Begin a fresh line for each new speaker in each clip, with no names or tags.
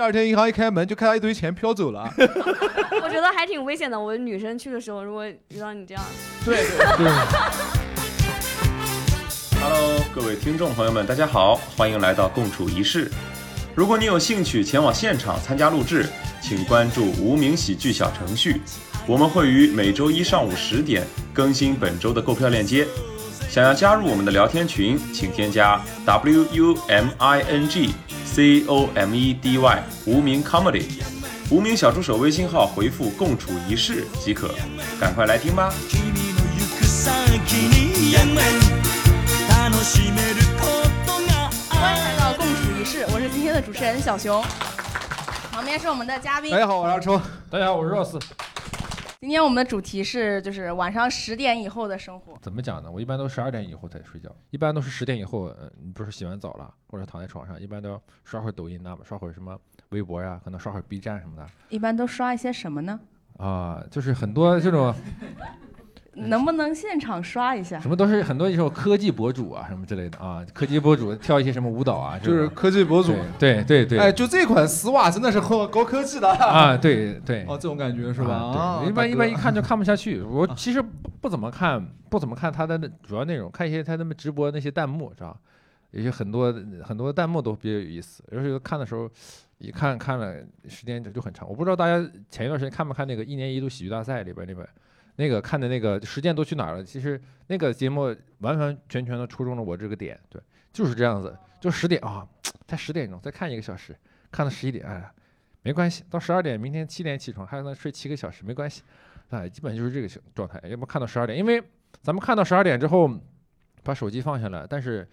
第二天银行一开门，就看到一堆钱飘走了。
我觉得还挺危险的。我女生去的时候，如果遇到你这样，
对对对。
Hello，各位听众朋友们，大家好，欢迎来到共处一室。如果你有兴趣前往现场参加录制，请关注无名喜剧小程序，我们会于每周一上午十点更新本周的购票链接。想要加入我们的聊天群，请添加 W U M I N G C O M E D Y 无名 comedy，无名小助手微信号回复“共处一室”即可。赶快来听吧！
欢迎来到共处一室，我是今天的主持人小熊，旁边是我们的嘉宾。
大
哎
家哎好，我是阿超。
大家好，我是 Rose。
今天我们的主题是就是晚上十点以后的生活。
怎么讲呢？我一般都十二点以后才睡觉，一般都是十点以后，嗯，你不是洗完澡了，或者躺在床上，一般都要刷会儿抖音呐、刷会儿什么微博呀、可能刷会儿 B 站什么的
一般都刷一些什么呢？
啊，就是很多这种
能不能现场刷一下
什？么都是很多这种科技博主啊什么之类的啊，科技博主跳一些什么舞蹈啊，
就是科技博主。
对 对对，
哎，就这款丝袜真的是很高科技的
啊，对对，
哦，这种感觉是吧？
啊
啊，
对一
大哥
般一般一看就看不 下去。我其实不不怎么看，不怎么看他的那主要内容，看一些他那么直播那些弹幕，是吧？有些很多很多弹幕都比较有意思，尤其是看的时候，一看看了时间就就很长。我不知道大家前一段时间看没看那个一年一度喜剧大赛里边那本那个看的那个时间都去哪儿了？其实那个节目完完全全的戳中了我这个点，对，就是这样子，就十点啊，才十点钟，再看一个小时，看到十一点，哎呀，没关系，到十二点，明天七点起床，还能睡七个小时，没关系，哎，基本就是这个情状态，要么看到十二点，因为咱们看到十二点之后，把手机放下来，但是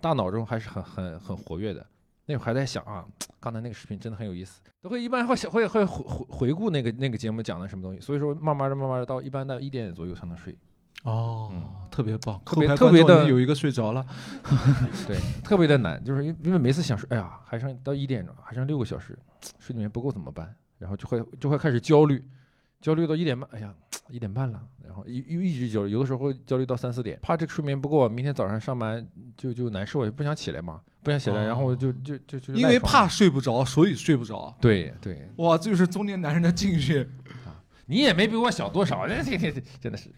大脑中还是很很很活跃的，那会儿还在想啊，刚才那个视频真的很有意思，都会一般会想会会回回回顾那个那个节目讲的什么东西，所以说慢慢的慢慢的到一般到一点左右才能睡，
哦，特别棒，
嗯特别
后排
特别
观众
的
有一个睡着了。
对，特别的难，就是因因为每次想睡，哎呀，还剩到一点钟，还剩六个小时，睡眠不够怎么办？然后就会就会开始焦虑，焦虑到一点半，哎呀，一点半了，然后又又一直焦虑，有的时候会焦虑到三四点，怕这个睡眠不够，啊明天早上上班就就难受，也不想起来嘛，不想起来，然后就就就就
哦因
赖
为
床
怕睡不着，所以睡不着。啊
对对，
哇，这就是中年男人的境遇。
你也没比我小多少，这这这这真的是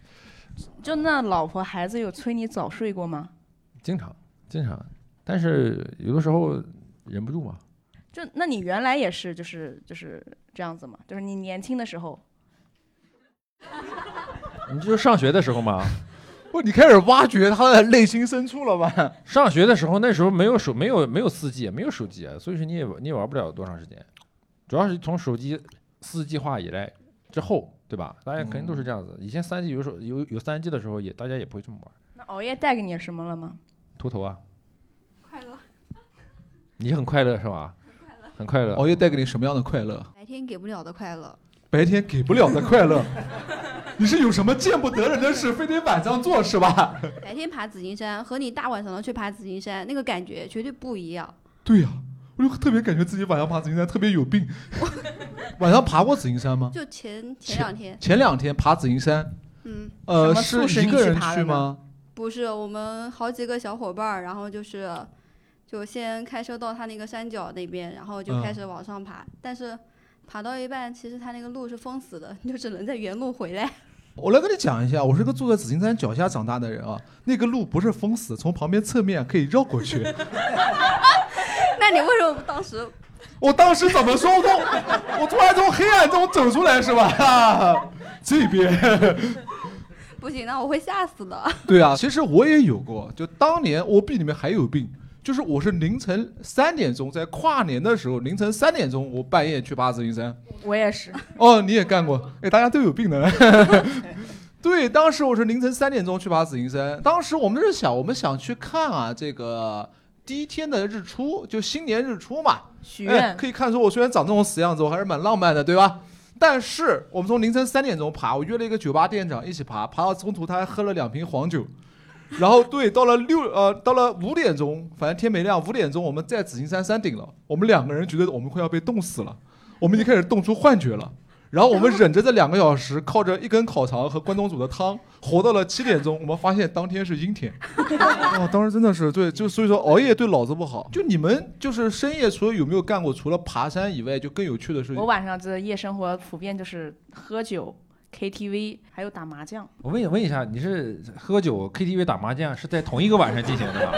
就那老婆孩子有催你早睡过吗？
经常经常，但是有的时候忍不住嘛，
就那你原来也是就是就是这样子吗？就是你年轻的时候，
你就是上学的时候嘛。
不，你开始挖掘他的内心深处了吧？
上学的时候，那时候没有手，没有没有四 G，没有手机，所以说你也你也玩不了多长时间。主要是从手机四 G 化以来之后，对吧？大家肯定都是这样子。以前三 G 有时候有有三 G 的时候也，大家也不会这么玩。
那熬夜带给你什么了吗？
秃头啊，
快乐。
你很快乐是吧？很快乐。
熬哦夜带给你什么样的快乐？
白天给不了的快乐，
白天给不了的快 乐。你是有什么见不得人的事，非得晚上做是吧？
白天爬紫金山和你大晚上的去爬紫金山，那个感觉绝对不一样。
对呀、我就特别感觉自己晚上爬紫金山特别有 病。晚上爬过紫金山吗？
就前前两天，
前两天爬紫金山，
嗯，
呃，
什么
是
促使
一
你去
个人
爬
去
的
吗？
不是我们好几个小伙伴儿，然后就是就先开车到他那个山脚那边，然后就
嗯
开始往上爬，但是爬到一半，其实他那个路是封死的， 你就只能在原路回来。
我来跟你讲一下，我是个住在紫金山脚下长大的人啊，那个路不是封死，从旁边侧面可以绕过 去。
那你为什么当时
我当时怎么说？我都我突然从黑暗中走出来是吧？啊这边
不行？那我会吓死的。
对啊，其实我也有过，就当年我比你们还有病，就是我是凌晨三点钟，在跨年的时候凌晨三点钟，我半夜去爬紫金山。
我也是，
哦，你也干过，哎，大家都有病 的。对，当时我是凌晨三点钟去爬紫金山，当时我们是想，我们想去看啊，这个第一天的日出，就新年日出嘛。
许
哎，
愿。
可以看出我虽然长这种死样子，我还是蛮浪漫的，对吧？但是我们从凌晨三点钟爬，我约了一个酒吧店长一起爬，爬到中途他还喝了两瓶黄酒，然后对，到了六呃，到了五点钟，反正天没亮，五点钟我们在紫金山山顶了，我们两个人觉得我们快要被冻死了，我们已经开始冻出幻觉了。然后我们忍着这两个小时，靠着一根烤肠和关东煮的汤，活到了七点钟。我们发现当天是阴天，哇，当时真的是对，就所以说熬夜对脑子不好。就你们就是深夜，除了有没有干过除了爬山以外，就更有趣的事情
我？晚上这夜生活普遍就是喝酒、KTV，还有打麻将。
我问你问一下，你是喝酒、KTV、打麻将是在同一个晚上进行的吗？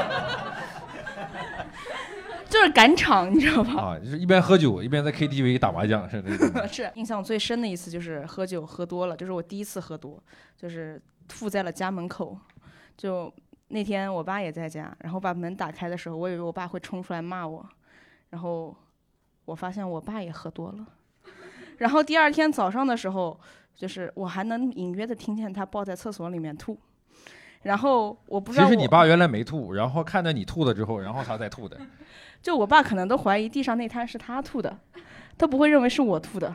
就是赶场，你知道吧？
啊，就是一边喝酒一边在 KTV 打麻将，是这 个。
是印象最深的一次就是喝酒喝多了，就是我第一次喝多，就是吐在了家门口。就那天我爸也在家，然后把门打开的时候，我以为我爸会冲出来骂我，然后我发现我爸也喝多了。 然后第二天早上的时候，就是我还能隐约的听见他抱在厕所里面吐。然后我不知
其
道我，
实你爸原来没吐，然后看到你吐了之后，然后他才吐的。
就我爸可能都怀疑地上那滩是他吐的，他不会认为是我吐的。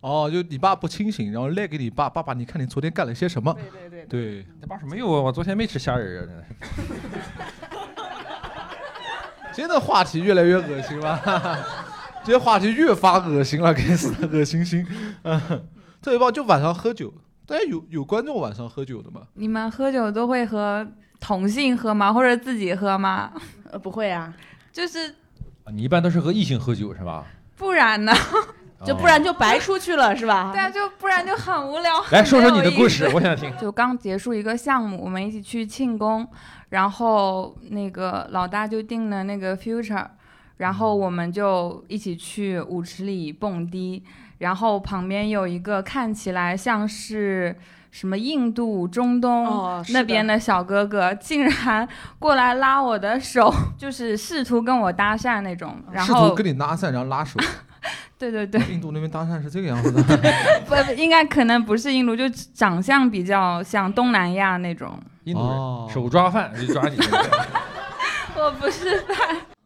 哦，就你爸不清醒，然后赖给你爸，爸爸，你看你昨天干了些什么？
对对对
对，
他爸说没有啊，我昨天没吃虾仁儿啊。
今天的话题越来越恶心了， 今天话题越发恶心了，该死的恶心心。 嗯，特别棒，就晚上喝酒，大家有有观众晚上喝酒的吗？
你们喝酒都会和同性喝吗？或者自己喝吗？
呃，不会啊，
就是
啊你一般都是和异性喝酒是吧？
不然呢？
就
哦
不然就白出去了，是吧？
对啊，就不然就很无聊。
来说说你的故
没
事，
有意
我想听。
思。就刚结束一个项目，我们一起去庆功，然后那个老大就定了那个 future，然后我们就一起去舞池里蹦迪，然后旁边有一个看起来像是什么印度、中东、
哦，是
那边
的
的小哥哥竟然过来拉我的手，就是试图跟我搭讪那种。
哦
然
试图
后，
跟你拉讪，然后拉手。
对对对，
印度那边搭讪是这个样子的。
不不应该可能不是印度，就长相比较像东南亚那种。
印度人
哦
手抓饭就抓你。
我不是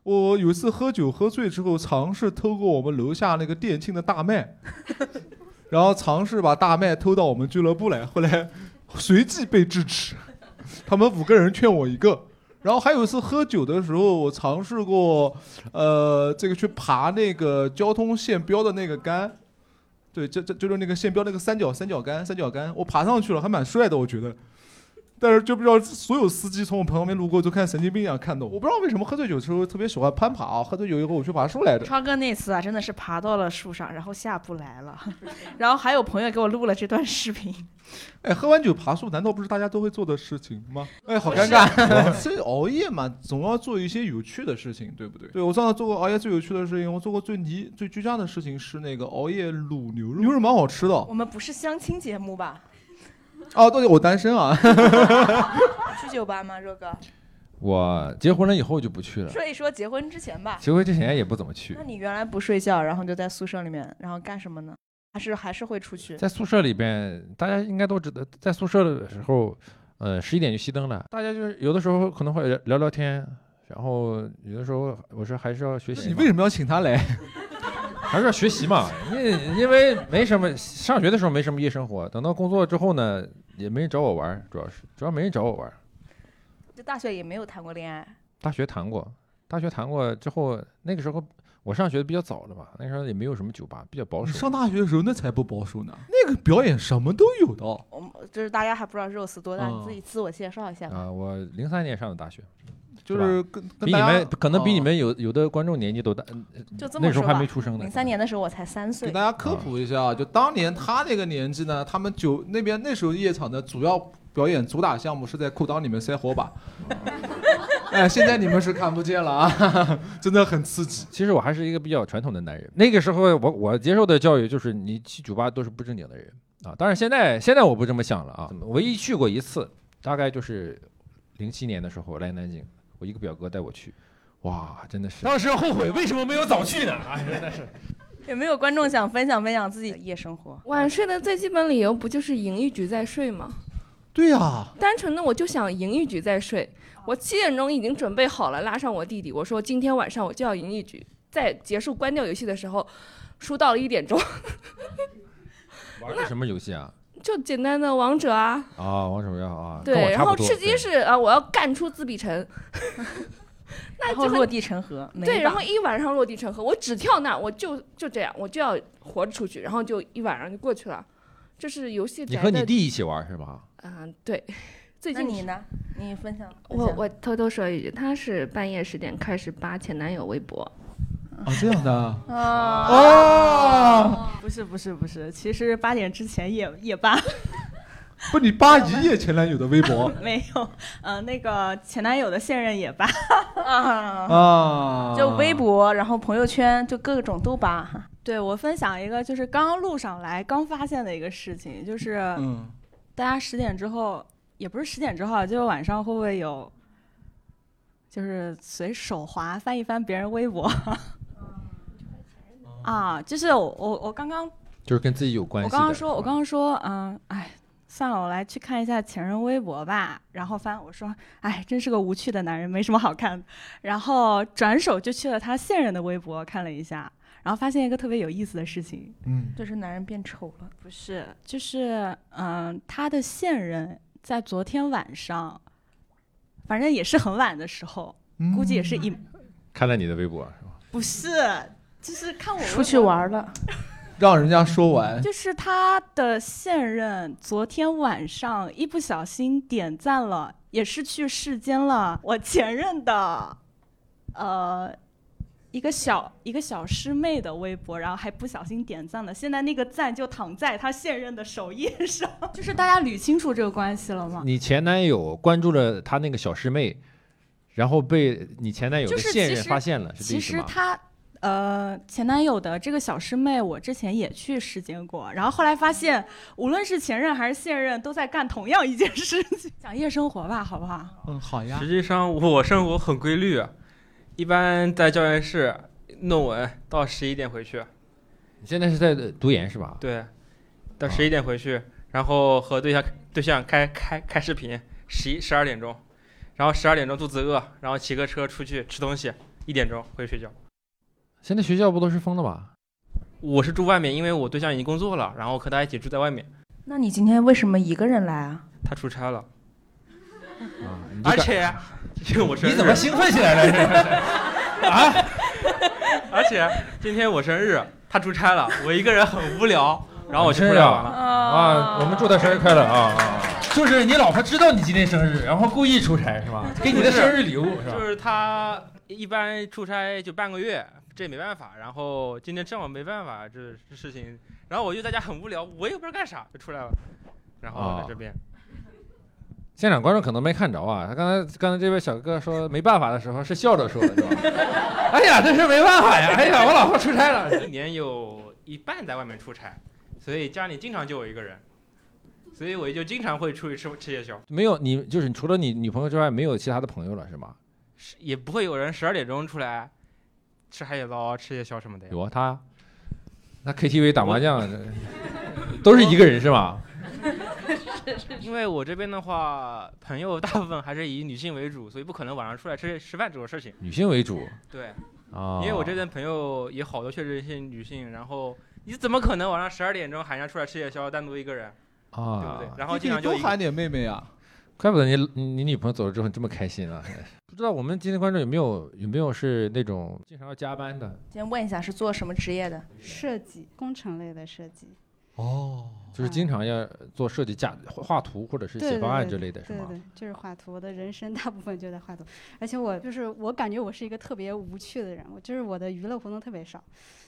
我有一次喝酒喝醉之后，尝试偷过我们楼下那个店庆的大麦，然后尝试把大麦偷到我们俱乐部来，后来随即被制止。 他们五个人劝我一个。然后还有一次喝酒的时候，我尝试过，呃，这个去爬那个交通线标的那个杆，对，这这就是那个线标那个三角三角杆三角杆，我爬上去了，还蛮帅的，我觉得。但是就不知道所有司机从我旁边路过就看神经病一样看着我，我不知道为什么喝醉酒的时候特别喜欢攀爬啊，喝醉酒以后我去爬树来着。
超哥那次啊，真的是爬到了树上，然后下不来了。 然后还有朋友给我录了这段视频，
哎，喝完酒爬树难道不是大家都会做的事情吗？哎，好尴尬。这熬夜嘛，总要做一些有趣的事情，对不对？对我上次做过熬夜最有趣的事情，我做过最离最居家的事情是那个熬夜卤牛肉，牛肉蛮好吃的
我们不是相亲节目 吧？
哦。对，我单身啊。
去酒吧吗，若哥？
我结婚了以后就不去了，
说一说结婚之前吧。
结婚之前也不怎么去
那，你原来不睡觉，然后就在宿舍里面，然后干什么呢？还是还是会出去？
在宿舍里边，大家应该都知道，在宿舍的时候，呃，十一点就熄灯了，大家就是有的时候可能会聊聊聊天。然后有的时候我说还是要学习嘛，
你为什么要请他来？
还是要学习嘛，因因为没什么，上学的时候没什么夜生活，等到工作之后呢，也没人找我玩儿，主要是主要没人找我玩儿。
就大学也没有谈过恋爱，
大学谈过，大学谈过之后，那个时候我上学的比较早了嘛，那时候也没有什么酒吧，比较保
你
守。
上大学的时候那才不保守呢，那个表演什么都有
嗯
的哦。
我们就是大家还不知道 Rose 多大，
嗯
你自己自我介绍一下吧。
啊、我零三年上的大学，
就是跟跟
比你
大家
们可能比你
哦
们有有的观众年纪都大，嗯
就这
那
么
时
说
候还
吧
没。出生呢。
零三年的时候我才三岁
给大，家科普一下，啊就当年他那个年纪呢，他们酒那边那时候夜场的主要表演主打项目是在裤裆里面塞火把。 哎，现在你们是看不见了啊， 真的很刺激。
其实我还是一个比较传统的男人。那个时候我，我接受的教育就是，你去酒吧都是不正经的人啊。当然，现在现在我不这么想了啊。我唯一去过一次，大概就是零七年的时候来南京，我一个表哥带我去，哇，真的是当时后悔为什么没有早去呢？哎，真的是。
有没有观众想分享分享自己的夜生活？
晚睡的最基本理由不就是赢一局再睡吗？
对呀、
单纯的我就想赢一局再睡。我七点钟已经准备好了，拉上我弟弟，我说今天晚上我就要赢一局。在结束关掉游戏的时候，输到了一点钟，
玩的什么游戏啊？
就简单的王者啊，
啊，王者荣耀啊，跟
对，
我
然
差
后
不多。
吃鸡
对
是啊，我要干出自闭城。那
然
就
后
很
落地成盒，每一
对，然
把
后一晚上落地成盒，我只跳那，我就就这样，我就要活着出去，然后就一晚上就过去了。这是游戏
你
宅
和你
的，
弟一起玩是吧？
嗯、对。最
那
近
你呢？你分享
我我偷偷说一句，他是半夜十点开始扒前男友微博，
哦，这样的啊
我啊，
哦，
不是不是不是，其实八点之前也也罢，
不，你扒一夜前男友的微 博
没有，呃，那个前男友的现任也罢， 啊
啊，
就微博，然后朋友圈，就各种都扒哈。
对我分享一个，就是刚刚录上来刚发现的一个事情，就是
嗯，
大家十点之后，也不是十点之后啊，就是晚上会不会有，就是随手滑翻一翻别人微博，
哦
啊，就是我我我刚刚
就是跟自己有关
我
系的。
刚刚说，我
是吧
刚刚说，嗯，哎，算了，我来去看一下前任微博吧。然后翻，我说，哎，真是个无趣的男人，没什么好看的。然后转手就去了他现任的微博看了一下，然后发现一个特别有意思的事情，
嗯，
就是男人变丑了，
不是，就是，嗯，他的现任在昨天晚上，反正也是很晚的时候，
嗯
估计也是一，
看了你的微博是吧？
不是，就是看我
出
微
去
博
玩了，
让人家说完，
就是他的现任昨天晚上一不小心点赞了，也是去世间了我前任的，呃，一个小一个小师妹的微博，然后还不小心点赞了，现在那个赞就躺在他现任的首页上， 就是大家捋清楚这个关系了吗？
你前男友关注了他那个小师妹，然后被你前男友的
就是
现
其
任
实
发现了，是这
其
意思
实
吗？
他呃前男友的这个小师妹，我之前也去实践过，然后后来发现，无论是前任还是现任，都在干同样一件事情。 讲夜生活吧，好不好？
嗯，好呀
实，际上我生活很规律，啊一般在教研室弄完到十一点回去，
你现在是在读研是吧？
对，到
啊
十一点回去，然后和对象对象开开开视频，十一十二点钟，然后十二点钟肚子饿，然后骑个车出去吃东西，一点钟回去睡觉。
现在学校不都是封了吗？
我是住外面，因为我对象已经工作了，然后和他一起住在外面，
那你今天为什么一个人来啊？
他出差了，
啊，你就
而
敢
且因为我生日，
你怎么兴奋起来了？啊
而且今天我生日，他出差了，我一个人很无聊，然后我去
你生日
互联
啊
网
哦
了。
啊，我们祝他生日快乐啊啊！啊就是你老婆知道你今天生日，然后故意出差是吧？ 给你的生日礼物是吧
就？是他一般出差就半个月，这也没办法。然后今天正好没办法，这这事情，然后我就在家很无聊，我也不知道干啥，就出来了。然后
啊
在这边，
现场观众可能没看着啊，他刚才刚才这位小哥说没办法的时候是笑着说的，是吧？哎呀，这事没办法呀！哎呀，我老婆出差了。
一年有一半在外面出差，所以家里经常就我一个人，所以我就经常会出去吃吃夜宵，
没有你，就是你除了你女朋友之外，没有其他的朋友了是吗？
是也不会有人十二点钟出来吃海底捞、吃夜宵什么的呀。
有啊，他，那 KTV 打麻将，这都是一个人是吗？
因为我这边的话，朋友大部分还是以女性为主，所以不可能晚上出来吃吃饭这种事情。
女性为主
对。
啊，
哦因为我这边朋友也好多确实是女性，然后你怎么可能晚上十二点钟喊人家出来吃夜宵，单独一个人，对不
啊
对？，然后
你
经
可以
常就
多
一个
喊点妹妹啊，
怪不得你你你女朋友走了之后你这么开心啊！ 不知道我们今天观众有没有有没有是那种经常要加班的，
先问一下是做什么职业的？
设计工程类的设计，
哦，
就是经常要做设计架画画图或者是
对
写
对
方案
对
之类的是
对
吗？
对，就是画图。我的人生大部分就在画图，而且我就是我感觉我是一个特别无趣的人，我就是我的娱乐活动特别少，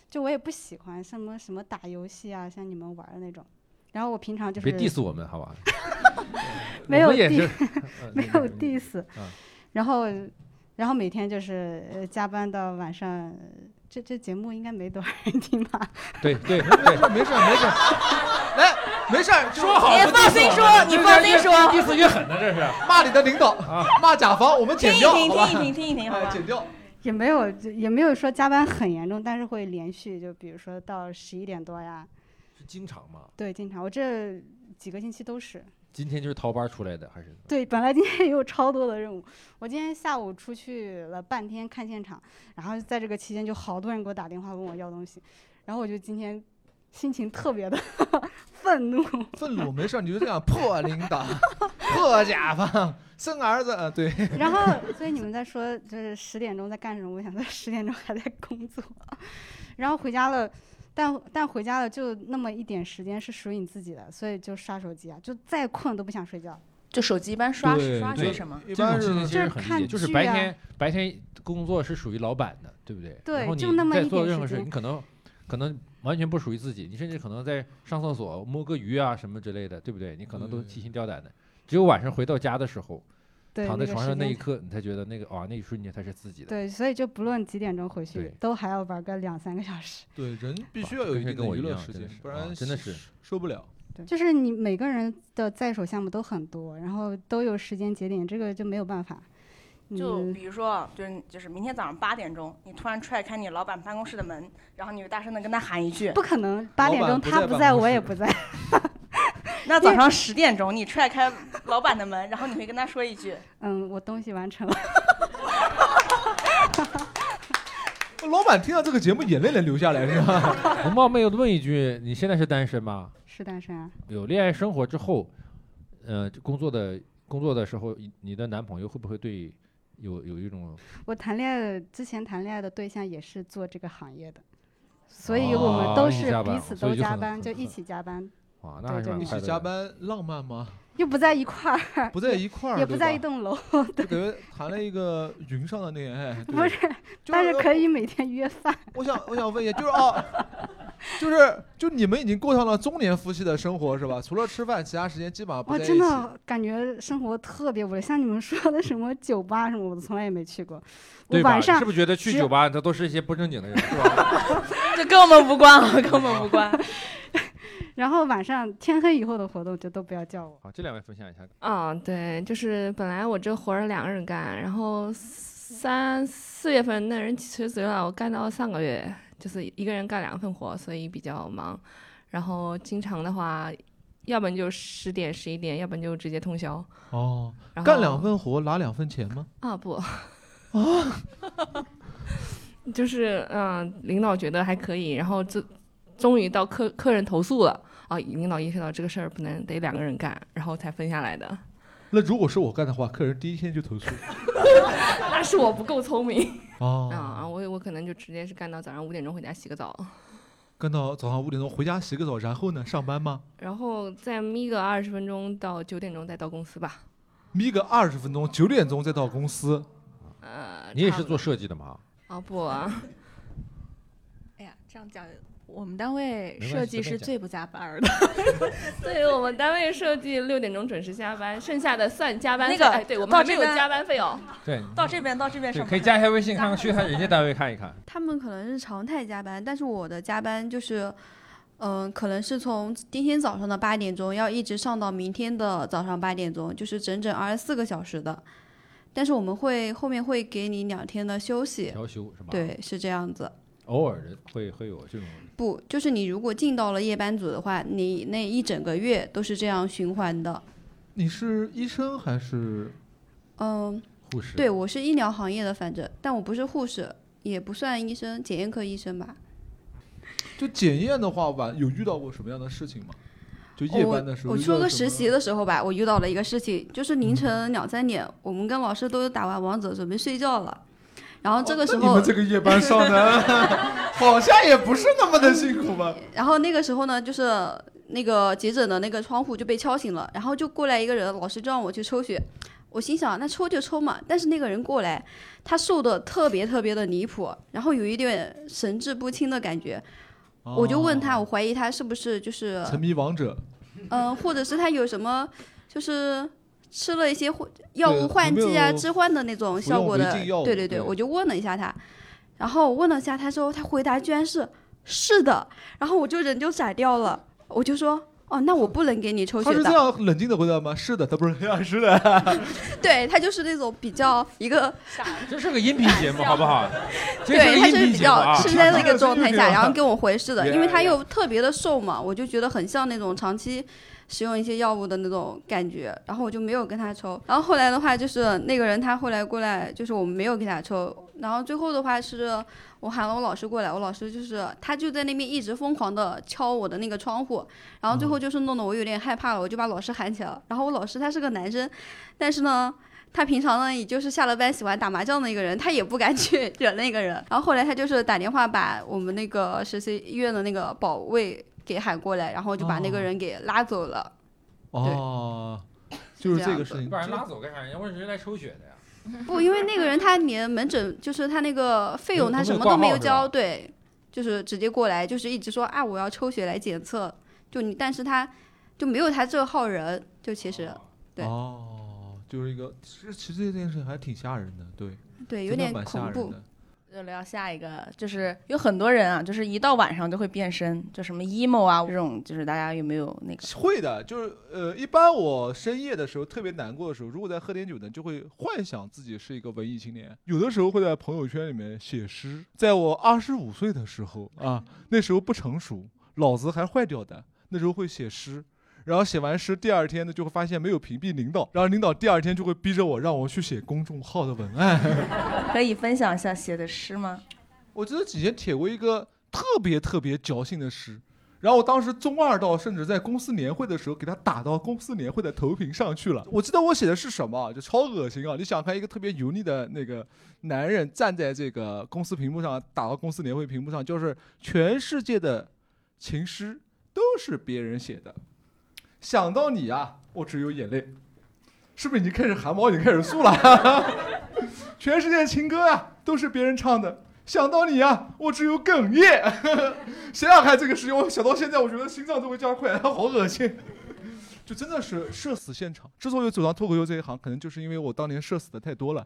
就我也不喜欢什么什么打游戏啊，像你们玩儿的那种。然后我平常就是
别 diss 我们好吧？
没有
我们也
diss
是呃
没有 diss，
嗯
然后然后每天就是呃加班到晚上，呃这这节目应该没多少人听吧？
对 对对，
没事儿没事儿， 来，没事儿，说好
你放心说，你放心说，
，diss 越狠的这是。
骂你的领导，骂甲方，我们
听
剪
一
掉，
啊听，
好
听
吧
一？听，听一听，好
哎，
吧？
剪掉，
也没有也没有说加班很严重，但是会连续就比如说到十一点多呀，
是经常吗？
对，经常我这几个星期都是。
今天就是逃班出来的还是？
对，本来今天也有超多的任务，我今天下午出去了半天看现场，然后在这个期间就好多人给我打电话问我要东西，然后我就今天心情特别的 愤怒。
愤怒没事儿，你就这样破领导，破甲方，生儿子，呃 对，
然后，所以你们在说就是十点钟在干什么？我想在十点钟还在工作， 然后回家了，但但回家了就那么一点时间是属于你自己的，所以就刷手机啊，就再困都不想睡觉。
就手机一般刷
对
刷
对
些什么？
一
这种
般
事情
是
其实很理
看
解，就是
剧
白
啊
天白天工作是属于老板的，对不对？
对
然后
就
你
那么
在
一
做
点
任
时
何事，
间
你可能可能完全不属于自己，你甚至可能在上厕所摸个鱼啊什么之类的，对不对？你可能都
对
提心吊胆的。只有晚上回到家的时候，
对，
躺在
那个
床
时
上那
间
一刻，你才觉得那个啊，那一瞬间它是自己的。
对，所以就不论几点钟回去
对，
都还要玩个两三个小 时。
对人必
哇
须要有
跟
一
谁
定
跟
的
我
娱
一
乐
样
时
真的
间
是，
不
啊
然
真的
受
是
受不了。
就是你每个人的在手项目都很多，然后都有时间节点，这个就没有办法。
就
嗯
比如说啊，就是就是明天早上八点钟，你突然踹开你老板办公室的门，然后你就大声的跟他喊一句。
不可能八点
老板
钟
不
他
在
不
办
在，
公
我也
室
不在。
那早上十点钟，你踹开老板的门，然后你会跟他说一句，
嗯，我东西完成了。
老板听到这个节目，眼泪能流下来是吧？
我冒昧地问一句，你现在是单身吗？
是单身啊？
有恋爱生活之后，呃，工作的工作的时候，你的男朋友会不会对有有一种
我谈恋爱的之前谈恋爱的对象也是做这个行业的，所以我们都
哦一起
是
加班
彼此
所
都
以就
加
很
班，
很
就一
很
起加班，
啊？那还是
对对
蛮
一起
快乐
加
的。
班浪漫吗？
又不在一块儿，
不在一块儿，
也不
对
在
吧
一栋楼，
就等于谈了一个云上的恋爱，对
不是，
就
但是可
以。
以每天约饭。
我想，我想问一下，就是哦，就是就你们已经过上了中年夫妻的生活是吧？除了吃饭，其他时间基本上不
哇，
在一起。
真的感觉生活特别无聊，像你们说的什么酒吧什么，我都从来也没去过。我
对吧？
晚
你
上
是不是觉得去
只
酒吧，他都是一些不正经的人，是吧？
这跟我们无关啊，跟我们无关。
然后晚上天黑以后的活动就都不要叫我。
好，这两位分享一下。
啊，对，就是本来我这活儿两个人干，然后三四月份那人辞职了，我干到上个月，就是一个人干两份活，所以比较忙。然后经常的话，要不然就十点十一点，要不然就直接通宵。
哦，
然后
干两份活拿两份钱吗？
啊不，
哦
就是嗯、领导觉得还可以，然后这终于到客客人投诉了啊，领导意识到这个事儿不能得两个人干，然后才分下来的。
那如果是我干的话，客人第一天就投诉。
那是我不够聪明。啊，
哦，
我我可能就直接是干到早上五点钟回家洗个澡，
干到早上五点钟回家洗个澡，然后呢上班吗？
然后再眯个二十分钟到九点钟再到公司吧。
眯个二十分钟，九点钟再到公司。
呃，
你也
差
是
不
做
多
设计的吗？
啊不 啊，
哎呀，这样讲，我们单位
没关系
设
随
计
便
是
讲
最不加班儿的。
对我们单位设计六点钟准时下班，剩下的算加班
那
费。
个
哎，对我们
到
还没
这
有
边
加班费哦。
对，
到这边，到这边
对，
什么？
可以加一下微信，看看去他人家单位看一看。
他们可能是常态加班，但是我的加班就是，嗯、可能是从今天早上的八点钟要一直上到明天的早上八点钟，就是整整二十四个小时的。但是我们会后面会给你两天的休息，
调休是吧？，
对，是这样子。
偶尔的会会有这种。
不，就是你如果进到了夜班组的话，你那一整个月都是这样循环的。
你是医生还是？
嗯，
护士
对，我是医疗行业的，反正，但我不是护士，也不算医生，检验科医生吧。
就检验的话，晚有遇到过什么样的事情吗？就夜班的时候
哦我我
遇
说
到
个
什
实
么嗯
习的时候吧，我遇到了一个事情，就是凌晨两三点，我们跟老师都打完王者准备睡觉了，然后这个时
哦你
候，
们这个夜班上的 好像也不是那么的辛苦吧？
然后那个时候呢，就是那个急诊的那个窗户就被敲醒了，然后就过来一个人，老师就让我去抽血。我心想，那抽就抽嘛。但是那个人过来，他瘦的特别特别的离谱，然后有一点神志不清的感觉。我就问他，我怀疑他是不是就是
哦沉迷王者，
嗯，或者是他有什么就是吃了一些或药
对
物换
有没
剂啊、
有
置换的那种
服
效
用
果
违
的
禁药物，
对对
对
对，我就问了一下他，然后我问了一下他之后，他回答居然是是的，然后我就人就闪掉了，我就说。哦，那我不能给你抽
他
血
是这
的。
样冷静的回答吗？是的，他不是这样，是的。
对他就是那种比较一个，
这是个音频节目，好不好？这
对他
是
就
个
是
音频节
比
目
较
啊。
是在那
这个
个状态
这个
下，然后跟我回是的，
原
因为
来
他
呀
又特别的瘦嘛，我就觉得很像那种长期使用一些药物的那种感觉，然后我就没有跟他抽。然后后来的话就是那个人他后来过来，就是我们没有给他抽。然后最后的话是我喊了我老师过来，我老师就是他就在那边一直疯狂的敲我的那个窗户，然后最后就是弄得我有点害怕了，我就把老师喊起来了。然后我老师他是个男生，但是呢。他平常呢，也就是下了班喜欢打麻将的一个人，他也不敢 去惹那个人。然后后来他就是打电话把我们那个实习医院的那个保卫给喊过来，然后就把那个
哦
人给拉走了。
哦，就是这个事情。
把人拉走干啥？人家问是来抽血的呀。
不，因为那个人他连门诊就是他那个费用
嗯
他
他
什
没有
么都
挂
没有
号是
交，
吧
对，就是直接过来，就是一直说啊我要抽血来检测，就你，但是他就没有他这号人，就其实对
哦，就是一个，其实其实这件事情还挺吓人的，对，
对有
真的
点
蛮吓
恐
人
怖
的。
就聊下一个，就是有很多人啊，就是一到晚上就会变身，就什么 emo 啊这种，就是大家有没有那个？
会的，就是呃，一般我深夜的时候特别难过的时候，如果再喝点酒呢，就会幻想自己是一个文艺青年。有的时候会在朋友圈里面写诗。在我二十五岁的时候啊，那时候不成熟，脑子还坏掉的，那时候会写诗。然后写完诗，第二天呢就会发现没有屏蔽领导，然后领导第二天就会逼着我让我去写公众号的文案。
可以分享一下写的诗吗？
我记得以前写过一个特别特别矫情的诗，然后我当时中二到甚至在公司年会的时候给他打到公司年会的投屏上去了。我记得我写的是什么，就超恶心啊！你想看一个特别油腻的那个男人站在这个公司屏幕上，打到公司年会屏幕上，就是全世界的情诗都是别人写的，想到你啊，我只有眼泪。是不是已经开始汗毛已经开始竖了？ 全世界情歌啊，都是别人唱的。想到你啊，我只有哽咽。 想想看这个事情，我想到现在，我觉得心脏都会加快，好恶心。就真的是社死现场。之所以走上脱口秀这一行，可能就是因为我当年社死的太多了，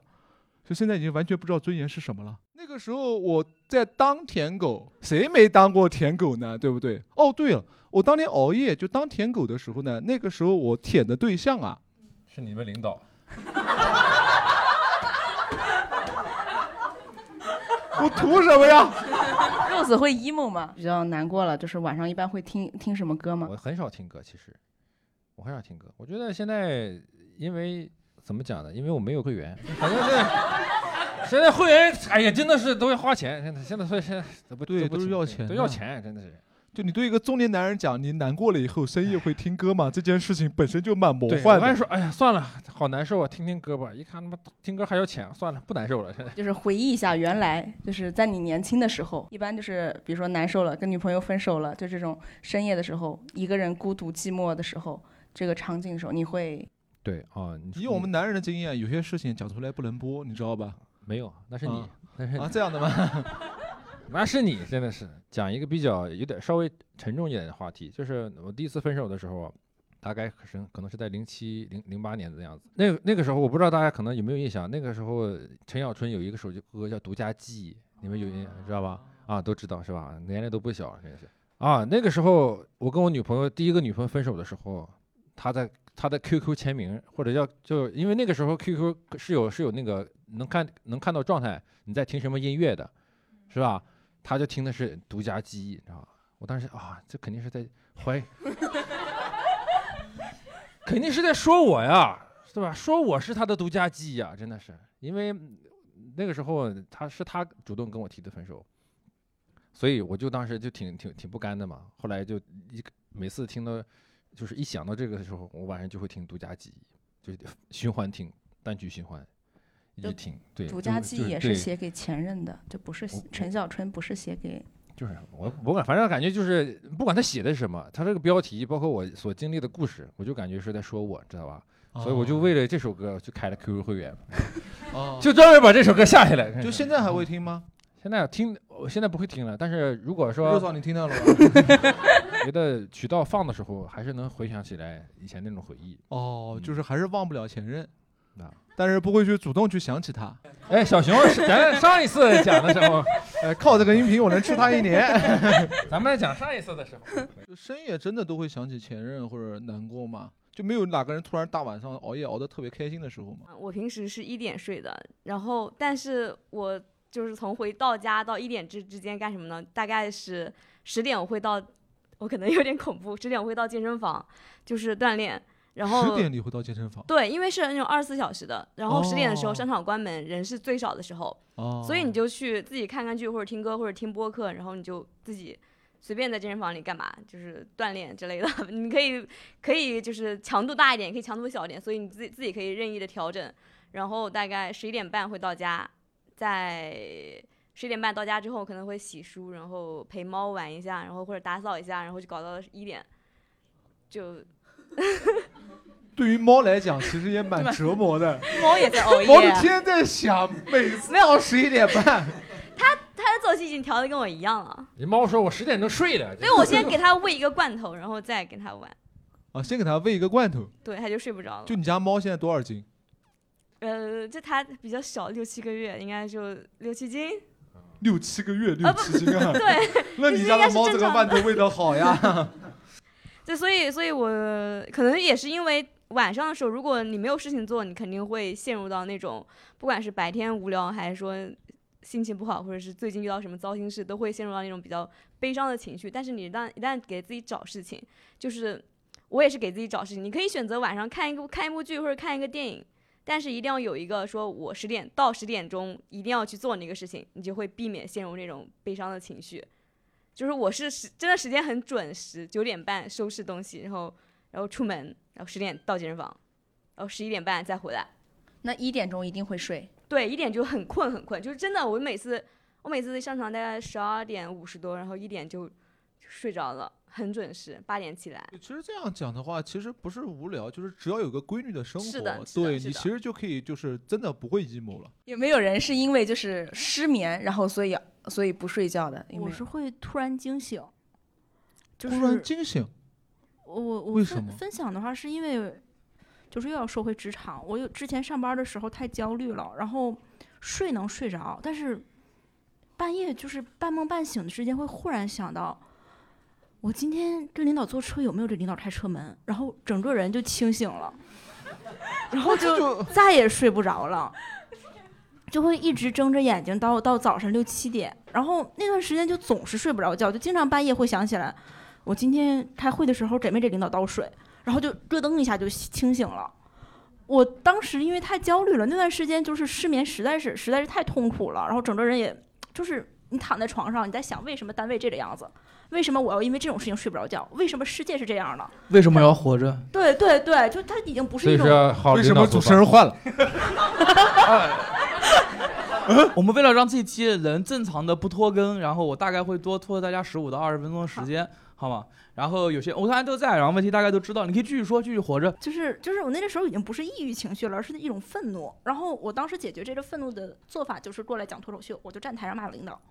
就现在已经完全不知道尊严是什么了。那个时候我在当舔狗，谁没当过舔狗呢？对不对？哦，对了，我当年熬夜就当舔狗的时候呢，那个时候我舔的对象啊，
是你们领导。
我图什么呀？
Rose 会 emo 吗？比较难过了，就是晚上一般会听听什么歌吗？
我很少听歌，其实我很少听歌。我觉得现在因为怎么讲呢？因为我没有会员，反正是现在会员，哎呀，真的是都要花钱。现在现在所以现在都不
对，
不
都是
行
要
对
钱，啊
都要钱，真的是。
就你对一个中年男人讲，你难过了以后深夜会听歌 吗？这件事情本身就蛮魔
对
幻
我还
的。
说，哎呀，算了，好难受啊，听听歌吧。一看他妈听歌还要钱，算了，不难受了。现在
就是回忆一下原来，就是在你年轻的时候，一般就是比如说难受了，跟女朋友分手了，就这种深夜的时候，一个人孤独寂寞的时候，这个场景的时候，你会
对啊，你
以我们男人的经验，有些事情讲出来不能播，你知道吧？
没有，那是你
啊，
那是
啊
你
这样的吗？
那是你真的是讲一个比较有点稍微沉重一点的话题，就是我第一次分手的时候，大概可是可能是在零七零零八年的 样子。那个那个时候我不知道大家可能有没有印象，那个时候陈小春有一个手机歌叫《独家记忆》，你们有印知道吧？啊，都知道是吧？年龄都不小，真的是啊。那个时候我跟我女朋友第一个女朋友分手的时候，她在她的 QQ 签名或者叫就因为那个时候 QQ 是有是有那个能看能看到状态，你在听什么音乐的，是吧？他就听的是《独家记忆》，你知道吧？我当时啊，这肯定是在怀疑，肯定是在说我呀，是吧？说我是他的独家记忆啊，真的是，因为那个时候他是他主动跟我提的分手，所以我就当时就挺挺挺不甘的嘛。后来就一每次听到，就是一想到这个的时候，我晚上就会听《独家记忆》，就循环听单曲循环，一直
就
听。对，
独家
就
记
就
忆也
对
是写给前任的，就不是
我
陈小春，不是写给
就是我我感反正感觉就是不管他写的是什么，他这个标题包括我所经历的故事，我就感觉是在说我，知道吧？所以我就为了这首歌就开了 QQ 会员，
哦
就专门把这首歌下下来。嗯
就现在还会听吗？
现在听，我现在不会听了。但是如果说
热总，你听到了吗？
嗯觉得渠道放的时候，还是能回想起来以前那种回忆。
哦，就是还是忘不了前任
啊，
但是不会去主动去想起他。
哎，小熊，咱上一次讲的时 候，
呃，靠这个音频我能吃他一年。
咱们讲上一次的时候，
就深夜真的都会想起前任或者难过吗？就没有哪个人突然大晚上熬夜熬得特别开心的时候吗？
呃我平时是一点睡的，然后但是我就是从回到家到一点之之间干什么呢？大概是十点我会到我可能有点恐怖，十点我会到健身房，就是锻炼。然后
十点你会到健身房，
对，因为是那种二十四小时的，然后十点的时
哦
候商场关门，人是最少的时候，
哦
所以你就去自己看看剧或者听歌或者听播客，然后你就自己随便在健身房里干嘛，就是锻炼之类的。 你可以可以就是强度大一点，可以强度小一点，所以你自己自己可以任意的调整。然后大概十一点半会到家，在十一点半到家之后可能会洗漱，然后陪猫玩一下，然后或者打扫一下，然后就搞到一点，就
对于猫来讲，其实也蛮折磨的。
猫也在熬夜
猫就天天在想，每次到十一点 半，
它它的作息已经调的跟我一样了。
你猫说我十点钟睡的，
所以我先给它喂一个罐头，然后再跟它玩，
啊，先给它喂一个罐头。
对，它就睡不着了
就。你家猫现在多少斤？
呃，就它比较小，六七个月，应该就六七斤。
六七个月，六七斤啊。
对，
那你家的猫这个罐头喂的好 呀？
对，所以，所以我可能也是因为晚上的时候，如果你没有事情做，你肯定会陷入到那种，不管是白天无聊，还是说心情不好，或者是最近遇到什么糟心事，都会陷入到那种比较悲伤的情绪。但是你一旦一旦给自己找事情，就是我也是给自己找事情，你可以选择晚上看一部看一部剧或者看一个电影。但是一定要有一个说，我十点到十点钟一定要去做那个事情，你就会避免陷入那种悲伤的情绪。就是我是时真的时间很准时，九点半收拾东西，然后然后出门，然后十点到健身房，然后十一点半再回来。
那一点钟一定会睡。
对，一点就很困很困，就是真的，我每次我每次上床大概十二点五十多，然后一点就睡着了，很准时，八点起来。
其实这样讲的话，其实不是无聊，就是只要有个规律的生活，
是的是的
对
是
你
的
其实就可以，就是真的不会 emo 了。
有没有人是因为就是失眠，然后所以所以不睡觉的？有没
我
有
是会突然惊醒，就
突然
是
惊醒，
我我
为
分
什么
分享的话，是因为就是又要说回职场，我有之前上班的时候太焦虑了，然后睡能睡着，但是半夜就是半梦半醒的时间会忽然想到，我今天跟领导坐车有没有这领导开车门，然后整个人就清醒了，然 后就再也睡不着了。就会一直睁着眼睛到到早上六七点，然后那段时间就总是睡不着觉，就经常半夜会想起来，我今天开会的时候给没给领导倒水，然后就咯噔一下就清醒了。我当时因为太焦虑了，那段时间就是失眠，实在是实在是太痛苦了，然后整个人也就是你躺在床上，你在想为什么单位这个样子，为什么我要因为这种事情睡不着觉，为什么世界是这样的？
为什么要活着？
对对对，就它已经不是
所
一
以
种
说要好
为什么主持人换 了？
啊我们为了让这期人正常的不拖更，然后我大概会多拖大家十五到二十分钟的时间，好吗？然后有些我刚才都在，然后问题大概都知道，你可以继续说，继续活着。
就是就是我那个时候已经不是抑郁情绪了，而是一种愤怒。然后我当时解决这个愤怒的做法就是过来讲脱口秀，我就站台上骂领导。
嗯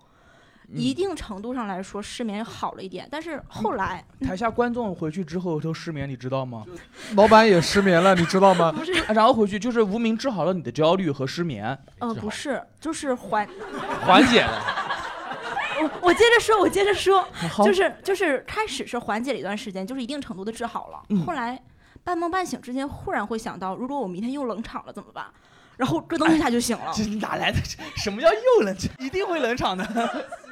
一定程度上来说，失眠好了一点，但是后来
台下观众回去之后都失眠，你知道吗？ 啊
老板也失眠了，你知道吗？
然后回去就是无名治好了你的焦虑和失眠，
呃，不是，就是缓，
缓解了。
我我接着说，我接着说
好，
就是就是开始是缓解了一段时间，就是一定程度的治好了，
嗯
后来半梦半醒之间，忽然会想到，如果我明天又冷场了怎么办？然后咯噔一下就醒了。
哎这哪来的？ 什么叫又冷场？一定会冷场的。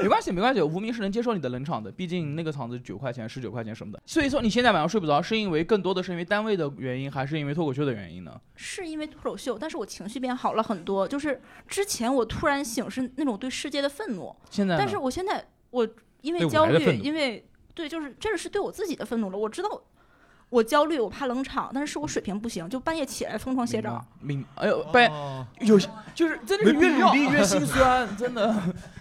没关系，没关系，无名是能接受你的冷场的，毕竟那个场子九块钱、十九块钱什么的。所以说你现在晚上睡不着，是因为更多的是因为单位的原因，还是因为脱口秀的原因呢？
是因为脱口秀，但是我情绪变好了很多。就是之前我突然醒是那种对世界的愤怒，
现在呢
但是我现在我因为
对舞
焦
台的
虑，
愤怒
因为对，就是这是对我自己的愤怒了。我知道我焦虑，我怕冷场，但是是我水平不行，就半夜起来疯狂写稿。
明，哎呦，半夜、有些就是真的是
没
越
必
努
要
力越心 酸，真的，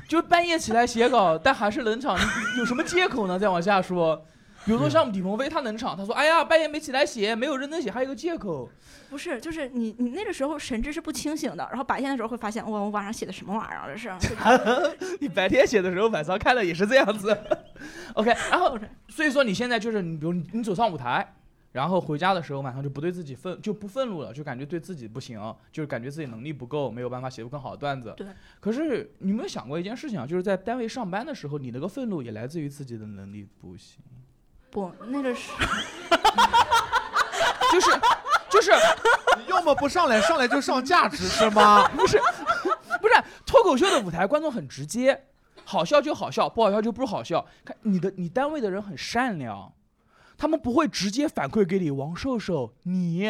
就是半夜起来写稿，但还是冷场，你有什么借口呢？再往下说，比如说像李鹏飞，他冷场，他说哎呀半夜没起来写，没有认真写，还有一个借口。
不是，就是你你那个时候神志是不清醒的，然后白天的时候会发现，哇，我晚上写的什么玩意儿啊？这是。
你白天写的时候，晚上看了也是这样子。OK，然后所以说你现在就是你，比如你你走上舞台，然后回家的时候晚上就不对自己愤就不愤怒了，就感觉对自己不行，就是感觉自己能力不够，没有办法写出更好的段子。
对。
可是你有没有想过一件事情啊？就是在单位上班的时候，你那个愤怒也来自于自己的能力不行，
不，那个是
就是就是，
你要么不上来，上 来就上价值是吗？
不是不是，脱口秀的舞台观众很直接。好笑就好笑，不好笑就不好笑。看你的，你单位的人很善良，他们不会直接反馈给你，王瘦瘦你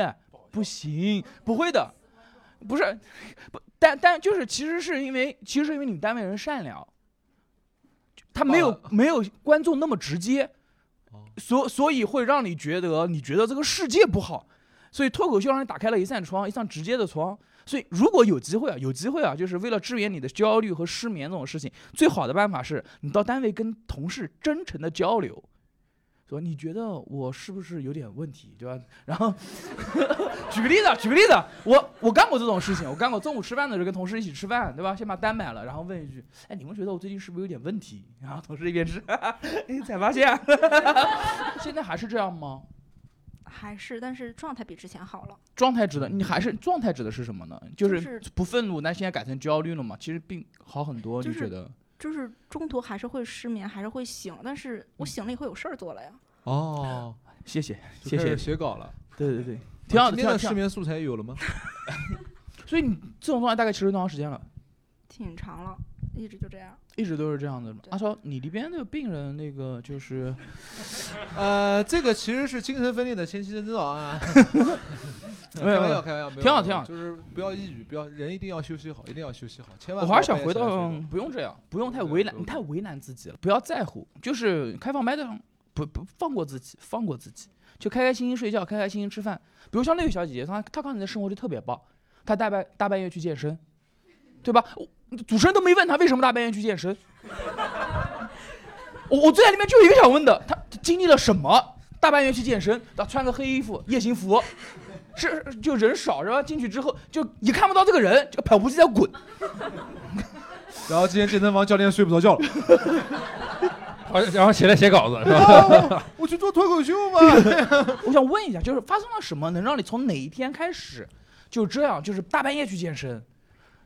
不行，不会的，不是，不，但但就是其实是因为其实是因为你们单位人善良，他没有没有观众那么直接，所所以会让你觉得你觉得这个世界不好，所以脱口秀让你打开了一扇窗，一扇直接的窗。所以如果有机会啊，有机会啊，就是为了支援你的焦虑和失眠这种事情，最好的办法是你到单位跟同事真诚的交流。说你觉得我是不是有点问题，对吧？然后 举个例子啊，举个例子啊，我我干过这种事情，我干过中午吃饭的时候跟同事一起吃饭，对吧？先把单买了，然后问一句，哎，你们觉得我最近是不是有点问题？然后同事一边吃，哎，才发现， 现在还是这样吗？
还是，但是状态比之前好了。
状态指的你还是状态指的是什么呢？就
就是
是不愤怒，但现在改成焦虑了嘛？其实并好很多，
就
你觉
是
得？
就是中途还是会失眠，还是会醒，但是
嗯
我醒了以后有事儿做了呀。
哦，
谢谢
就
谢
开
谢
始写稿了，
对对对，挺好的
今天
挺好
的
挺好
失眠素材有 了吗？
所以你这种状态大概持续多长时间了？
挺长了，一直就这样。
一直都是这样的吗。阿超，你那边的病人那个就是，
呃，这个其实是精神分裂的前期征兆 啊。开
没有
玩
没
笑，
有
开玩笑，没有
挺好
没有
挺好
就是不要抑郁，不要人一定要休息好，一定要休息好，千万。
我还是想回到，不用这样，不用太为难，你太为难自己了，不要在乎，就是开放麦的上，不不放过自己，放过自己，就开开心心睡觉，开开心心吃饭。比如像那个小姐姐，她她刚才的生活就特别棒，她大半大半夜去健身，对吧？我主持人都没问她为什么大半夜去健身，我我最在里面就有一个想问的，她经历了什么？大半夜去健身，她穿个黑衣服，夜行服，是就人少是吧？进去之后就也看不到这个人，这个跑步机在滚。
然后今天健身房教练睡不着觉了，
然后起来写稿子是吧？
啊我去做脱口秀吧。
我想问一下，就是发生了什么，能让你从哪一天开始就这样，就是大半夜去健身？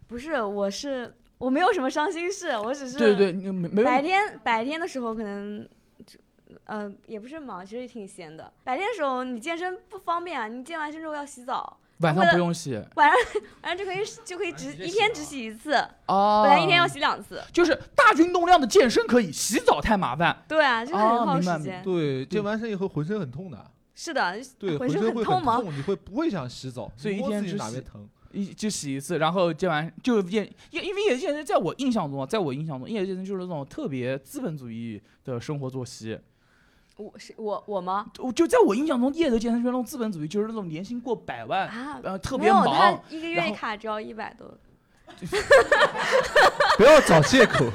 不是，我是我没有什么伤心事，我只是
对对，你没没有
白天白天的时候可能就，呃，也不是忙，其实也挺闲的。白天的时候你健身不方便啊，你健完身之后要洗澡，
晚上
为了
不用洗
晚上 晚上就可以就可以只一天只洗一次，
哦
本来一天要洗两次。
就是大运动量的健身可以，洗澡太麻烦。哦
对啊，就是很耗时间。
对，健完身以后浑身很痛的，
是的，
对，
浑
身
啊很
会
痛吗？
痛，你会不会想洗澡？
所以一
摸
天
自己
只
哪边
洗
疼？
一就洗一次，然后健完就夜，因因为夜健身在我印象中啊，在我印象中，夜健身就是那种特别资本主义的生活作息。
我是我我吗？
我就在我印象中，夜的健身圈中资本主义就是那种年薪过百万，
啊
然后特
没
别
有，
忙
他，一个
然
月
后
卡只要一百 多。
不要找借口，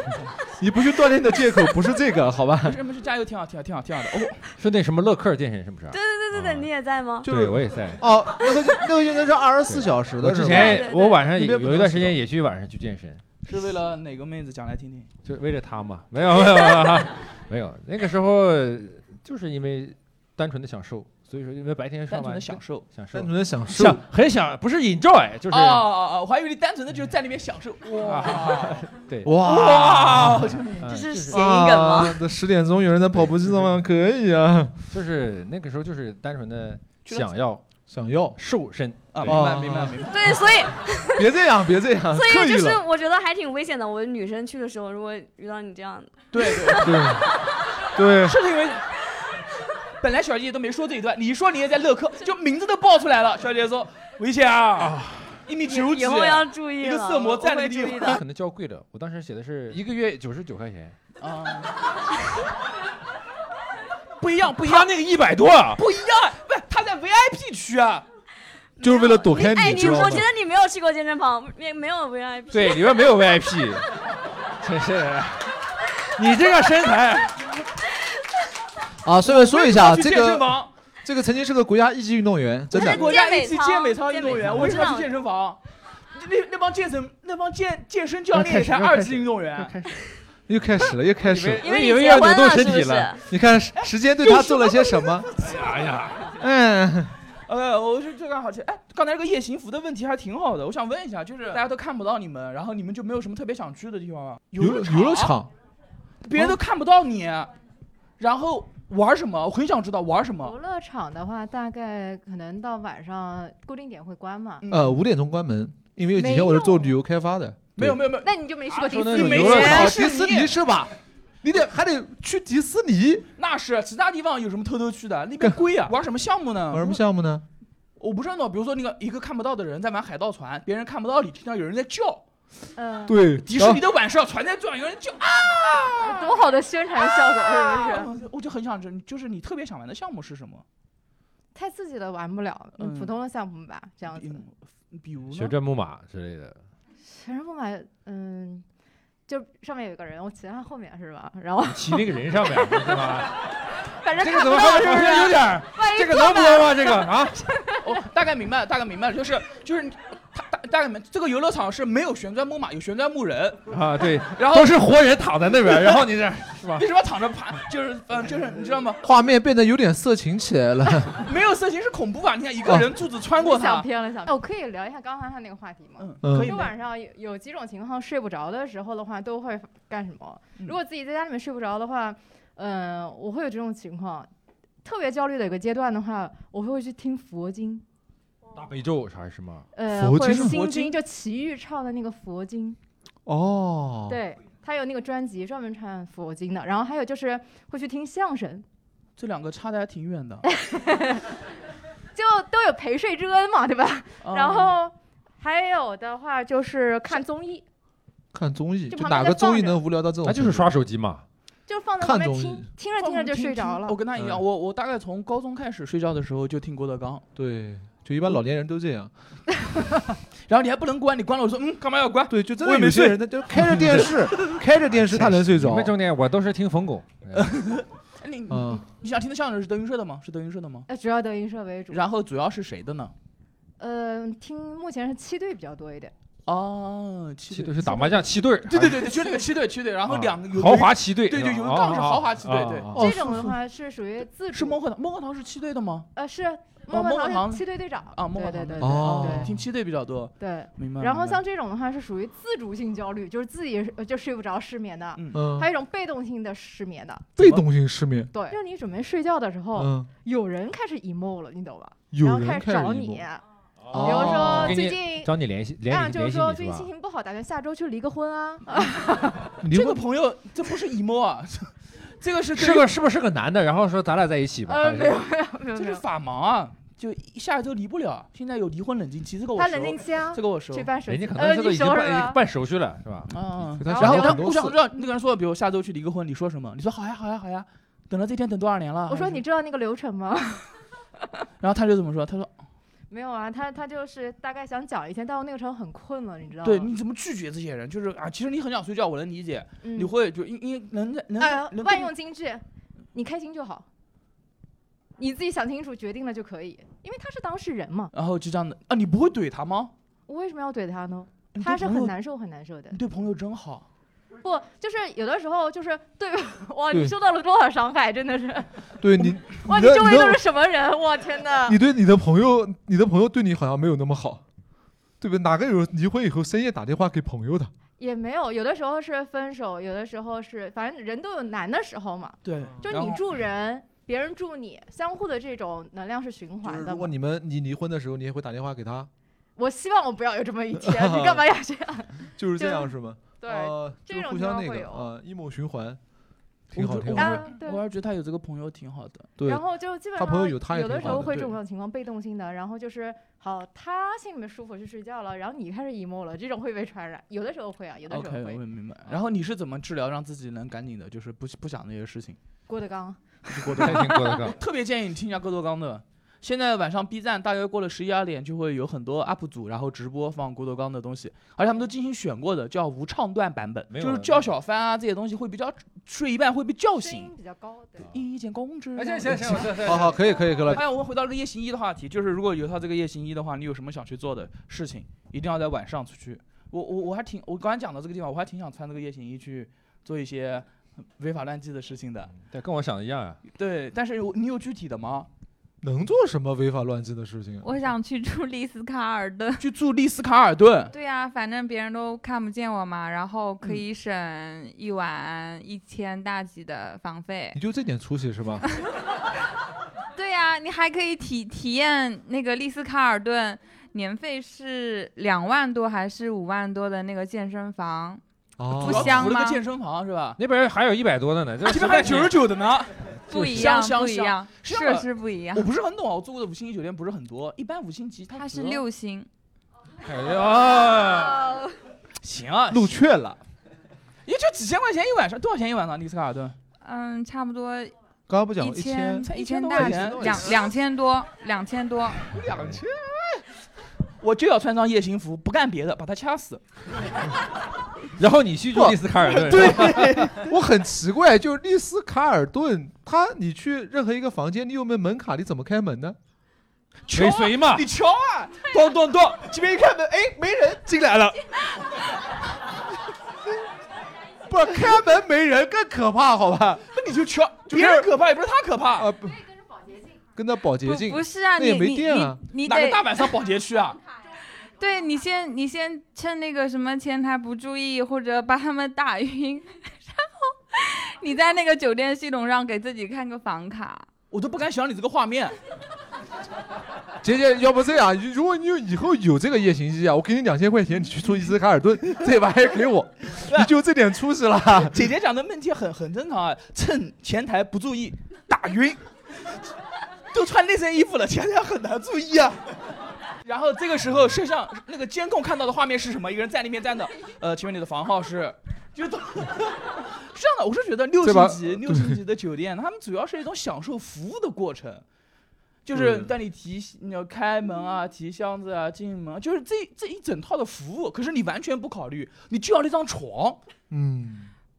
你不去锻炼的借口不是这个，好吧？
不是不是，加油，挺好，挺好，挺好，挺好的。哦，啊
是那什么乐克健身是不是？
对对对对对，你也在吗？
对，我也在。
哦，那个那个现在是二十四小时
我
的是吧，
之前我晚上
那
也
边不
有一
能
段
洗
时间也去晚上去健身，
是为了哪个妹子？讲来听听。
就为了他嘛。没有没有没有没有没有，那个时候就是因为单纯的享受，所以说因为白天上
单纯
班
地享受
享受，
单纯地享受
想很想，不是 enjoy，就是
哦哦哦，我还以为你单纯的就是在里面享受。
啊
哇，
对
哇
嗯
这是
就
谐音梗吗
啊这十点钟有人在跑步机上吗？可以啊，
就是那个时候就是单纯的想要
想要
瘦身
啊
对
明白明白明白
对，所以
别这样，别这样，
所
刻
以
意
就是
了
我觉得还挺危险的。我女生去的时候，如果遇到你这样，
对
对
是因为本来小姐姐都没说这一段，你一说你也在乐 客，就名字都爆出来了。小姐姐说危险啊，一米九几，
以后要注意
啊一个
了
色魔
我
站
会
在地
注意
方
的
可能叫贵了，我当时写的是一个月九十九块钱，
啊， 不一样不一
他
样，
那个一百多啊
不一样，不是他在 VIP 区啊。
就是为了躲开
哎，
知道
我
吗
觉？得你没有去过健身房，没没有 VIP。
对，里面没有 VIP，真是你这个身材。
啊，顺便说一下，这
去健身
个
房，
这个曾经是个国家一级运动员，真的
国家一级健美操
健
运
美
动员，
操
我为什么要去
我知道
健身房？那那帮健身那帮健健身教练也才
要开始要
二
开始
级运动员，
又开始了，又开始了，
因为因为你结婚了因为要扭动身体了是不是
你看时时间对他做了些 什么？
哎呀，
嗯，
呃，我就就刚好奇，哎，刚才这个夜行服的问题还挺好的，我想问一下，就是大家都看不到你们，然后你们就没有什么特别想去的地方吗？
游游乐场，
别人都看不到你，然后玩什么？我很想知道玩什么
游。乐场的话，大概可能到晚上固定点会关嘛。
嗯呃，五点钟关门，因为以前我是做旅游开发的，
呃没有没有没有，啊
那你就没去过迪
说
士
那
尼，
种游乐场迪士尼
是吧？你得还得去迪士尼。
那是其他地方有什么偷偷去的？那边贵 啊！玩什么项目呢？
玩什么项目呢？
我不知道，比如说那个一个看不到的人在玩海盗船，别人看不到你，听到有人在叫。
嗯
对
迪士尼的晚上，船在转，有人叫啊！
多好的宣传效果
啊
是不是？
我就很想知道，就是你特别想玩的项目是什么？
太刺激了，玩不了。嗯
嗯
普通的项目吧，这样子。
比如
旋转木马之类的。
全是不买，嗯，就上面有一个人，我骑在他后面是吧？ 然后
你骑那个人上面是 吧？
反正
这
看
个
不
怎
到
么办？
是不
好
是？
像有点儿
哎万，一
这个
坐
能
满
播吗？
了
这 个啊，我大概明白了，大概明白了，就是就是你大大大概明白，这个游乐场是没有旋转木马，有旋转木人，
啊，对，
然后
都是活人躺在那边，然后你这是 吧
为？什么躺着爬？就是嗯、呃就是你知道吗？
画面变得有点色情起来了。
没有色情是恐怖吧？你看一个人柱子穿过
想
他，
偏了，想偏了。我哦可以聊一下刚才他那个话题吗？
嗯可以
就
的
晚上有有几种情况睡不着的时候的话，都会干什么？
嗯
如果自己在家里面睡不着的话，嗯、我会有这种情况。特别焦虑的一个阶段的话，我会去听佛经，
大悲咒啥是吗？
呃，或者心经，就齐豫唱的那个佛经，
哦，
对他有那个专辑专门唱佛经的。然后还有就是会去听相声，
这两个差的还挺远的。
就都有陪睡之恩嘛，对吧？
哦
然后还有的话就是看综艺，
看综艺，
就
就
旁边
哪
在
个综艺
放着
能无聊到这种？
那就是刷手机嘛。
就放在
看
旁边听
综艺，
听着听着就睡着了。
哦我跟他一样，
嗯
我我大概从高中开始睡觉的时候就听郭德纲，
对，就一般老年人都这样。
然后你还不能关，你关了我说嗯干嘛要关？
对，就真
我
的
也没
有些
睡
人，他就开着 电 视，开着电视他能睡着
没。重点，我都是听冯巩。
哎你
嗯
你你想听的相声是德云社的吗？是德云社的吗？
呃，主要德云社为主。
然后主要是谁的呢？
呃，听目前是七队比较多一点。
哦，七
七队是打麻将七对儿，
对对对 对，就那个七队七队，
啊
然后两个有
豪华七队
对对，
是
有
吧
个杠是
哦哦
豪华七队，对
哦。
这
啊
种的话是属于自主。是
孟鹤堂，孟鹤堂是七队的吗？
呃，是
哦
孟
孟
鹤
鹤堂
堂是七队队长
啊，孟鹤
对
堂
对
的
对
哦
对，
听七队比较多。
对，
明白。
然后
明白
像这种的话是属于自主性焦虑，就是自己呃就睡不着、失眠的。
嗯
还有一种被动性的失眠的。
被动性失眠。
对，就是你准备睡觉的时候，
嗯
有人开始 emo 了，你懂吧？
有
然后
人
开始
开始
找
emo
你，
哦
比如说
给
最
你
近
找你联系联
啊，
系
就是
联系
说
你是
最近
吧
心情不好，打算下周去离个婚啊。
这个朋友，这不是 emo 啊，这个是对于
是个是不是个男的？然后说咱俩在一起吧。
嗯
呃，
还是
没有没有没有，
这
没
是
有
法盲啊，就一下周离不了。现在有离婚冷静期，这个我
他
熟
冷静期啊
这个我熟。
去办手
人家
续
可
呃
能这
你
个已经
熟
办
是
已
吧
经办手续了，是吧？
嗯，
给他
然后
想
他
很多
我想
次
知道那个人说，比如下周去离个婚，你说什么？你说好呀好呀好呀，等了这天等多少年了？
我说你知道那个流程吗？
然后他就怎么说？他说
没有啊，他他就是大概想讲一下，但我那个时候很困了，你知道吗？
对，你怎么拒绝这些人？就是啊，其实你很想睡觉，我能理解，
嗯
你会就因因能在能
呃，
能
万用金句，你开心就好，你自己想清楚决定了就可以，因为他是当事人嘛，
然后就这样的啊，你不会怼他吗？
我为什么要怼他呢
嗯
你？对
他是
朋友
很难受很难受的
你，对朋友真好，
不就是有的时候就是对 哇，
对
你受到了多少伤害，真 的是
对你，
哇，
你
你
的
周围
你的
都是什么人？哇，天哪！
你对你的朋友，你的朋友对你好像没有那么好，对不对？哪个有离婚以后深夜打电话给朋友的？
也没有，有的时候是分手，有的时候是，反正人都有难的时候嘛。
对
就
嗯然
你
后
助人，别人助你，相互的这种能量是循
就是
环的
如果
嘛。
你们你离婚的时候，你也会打电话给他，
我希望我不要有这么一 天，你干嘛要这样？
就是这
就
样是吗？
对
哦
这
就是
种
互
情
相
况
那
会
个
有
啊，一梦循环，挺
我
好
觉
挺
我
好。
还
啊
是
对
我还是觉得他有这个朋友挺好的。
对
然后就基本
他
上
朋友有他也
有的
挺
时
好
候
的
会
对
这种情况被动性的，然后就是好，他心里面舒服去睡觉了，然后你开始 emo 了，这种会被传染。有的时候会啊，有的时
OK，
候
我
会。
也明白。然后你是怎么治疗让自己能赶紧的，就是不不想那些事情？
郭德 纲，
就郭德
还挺郭德
纲
纲，
特别建议你听一下郭德纲的。现在晚上 B 站大约过了十一二点，就会有很多 UP 主然后直播放郭德纲的东西，而且他们都精心选过的，叫无唱段版本，
有
就是
了
叫小番啊这些东西会比较睡一半会被叫醒。
比较高，对。
一见公知。
哎行行行行行
好好，可以可以可以
哎
了。
呀，我们回到这个夜行衣的话题，就是如果有到这个夜行衣的话，你有什么想去做的事情，一定要在晚上出去。我我我还挺，我刚才讲到这个地方，我还挺想穿这个夜行衣去做一些违法乱纪的事情的。
嗯
对，跟我想的一样啊。
对，但是有你有具体的吗？
能做什么违法乱纪的事情 啊？
我想去住丽思卡尔顿。
去住丽思卡尔顿。嗯
对呀、反正别人都看不见我嘛，然后可以省一晚一千大几的房费
你。就这点出息是吧？
啊对呀、你还可以体体验那个丽思卡尔顿。年费是两万多还是五万多的那个健身房，
哦
不香
我这
吗
个？健身房是吧？
那边还有一百多的呢，这
这边还有
实在
九
是
十九的呢，
不一
香
样，
香
不一
香
样，
是这样
设
的
施不一样。
我不是很懂啊，我住过的五星级酒店不是很多，一般五星级它
它是
折
六星，
哎呀，
嗯行啊，
录雀了，
也就几千块钱一晚上，多少钱一晚上？丽斯卡尔顿
嗯，差不多
刚刚不讲
一
一千，
一
千
千
多
大
块
几
钱，
两两千多，两千多。
两千，我就要穿上夜行服，不干别的，把他掐死。
然后你去住丽思卡尔顿，
对，
是吧
我很奇怪，就是丽思卡尔顿，他你去任何一个房间，你有没有门卡？你怎么开门呢？
尾随嘛
你瞧啊，咚咚咚，这边一开门，哎，没人
进来了。不，开门没人更可怕，好吧？
那你就瞧，
别
人可怕，也不是他可怕
啊。不跟他保洁进，
不不是啊
那也
你
没
你
电
你
啊。
你哪个得大
晚上保洁去啊？
对你先你先趁那个什么前台不注意，或者把他们打晕， 然后你在那个酒店系统上给自己看个房卡。
我都不敢想你这个画 面。
姐姐，要不这样，如果你有以后有这个夜行机啊，我给你两千块钱，你去住伊斯卡尔顿，这玩意儿 给我，你就这点出息了。
姐姐讲的问题很很正常啊，趁前台不注意打晕， 都穿那身衣服了，前台很难注意啊。然后这个时候摄像那个监控看到的画面是什么？一个人在那边站着，呃，请问你的房号是？就都是这样的，我是觉得六
这把
星级 六星级的酒店，他们主要是一种享受服务的过程，就是
嗯
带你提你要开门啊、提箱子啊、进门，就是这这一整套的服务。可是你完全不考虑，你就要那张床，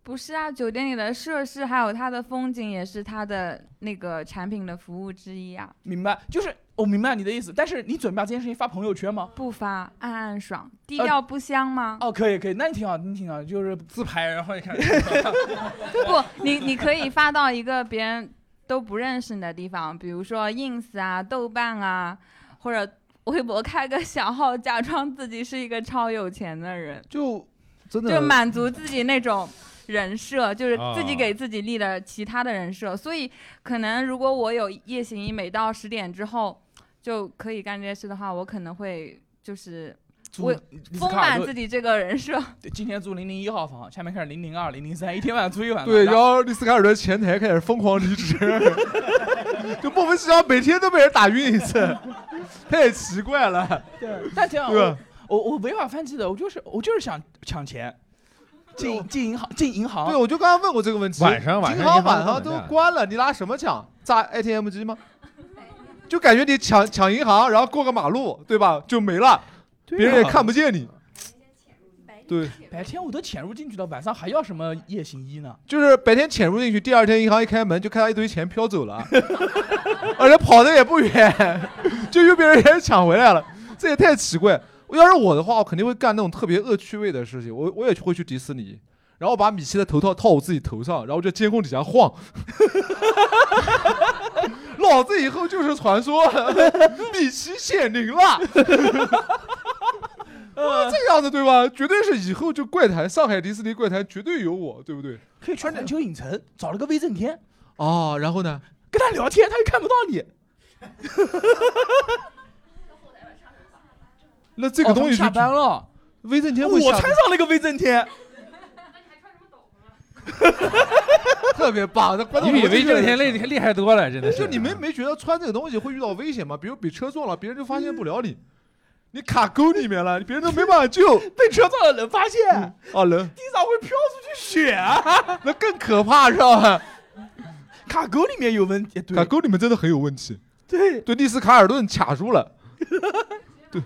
不是啊，酒店里的设施还有它的风景也是它的那个产品的服务之一啊。
明白？就是我明白你的意思，但是你准备把这件事情发朋友圈吗？
不发，暗暗爽，低
呃
调不香吗？
哦，可以可以，那你挺好，你挺好，就是自拍，然 后你看，
不，你你可以发到一个别人都不认识你的地方，比如说 ins 啊、豆瓣啊，或者微博开个小号，假装自己是一个超有钱的人，
就真的
就满足自己那种。人设就是自己
啊
给自己立的其他的人设，所以可能如果我有夜行医美到十点之后就可以干这些事的话，我可能会就是
租
我
丽斯
丰
卡尔
满
顿
自己这个人设。
对，今天住零零一号房，下面开始零零二、零零三，一天晚上住一晚。
对，
然
然
后
后丽斯卡尔顿前台开始疯狂离职，就莫名其妙每天都被人打 晕一次，太奇怪了。
对，但这样
对
我我我违法犯纪的，我就是我就是想抢钱，进进银行进银行。
对，我就刚刚问过这个问题。
晚上晚上
银行
银行
晚
都
上都
怎么样
关了，你拿什么抢？炸 ATM 机吗？就感觉你抢抢银行，然后过个马路，对吧？就没了，
啊
别人也看不见你。对，
白天我都潜入进去了，晚上还要什么夜行衣呢？
就是白天潜入进去，第二天银行一开门就看到一堆钱飘走了，啊 而且跑的也不远， 就又被人给抢回来了，这也太奇怪。要是我的话，我肯定会干那种特别恶趣味的事情，我我也会去迪士尼，然后把米奇的头套套我自己头上，然后就监控底下晃。 老子以后就是传说，米奇显灵了。
呃
啊，这个样子对吧？绝对是以后就怪谈，上海迪士尼怪谈绝对有我，对不对？
可以去环球影城找了个威震天，
哦，然 后呢？
跟他聊天，他又看不到 你。
那这个东西
哦他们下班了，
威震天会
我
下
穿
班
上了一个威震 天，
特别棒，那关
你比威震天厉厉害多了，真的是。
就你们没觉得穿这个东西会遇到危险吗？比如被车撞了，别人就发现不了
嗯
你，你卡沟里面了，别人都没办法救。
被车撞了能发现，
哦，人
地上会飘出去血啊，
那更可怕是吧？
卡沟里面有问题，对
卡沟里面真的很有问题。
对
对，丽斯卡尔顿卡 住了，对，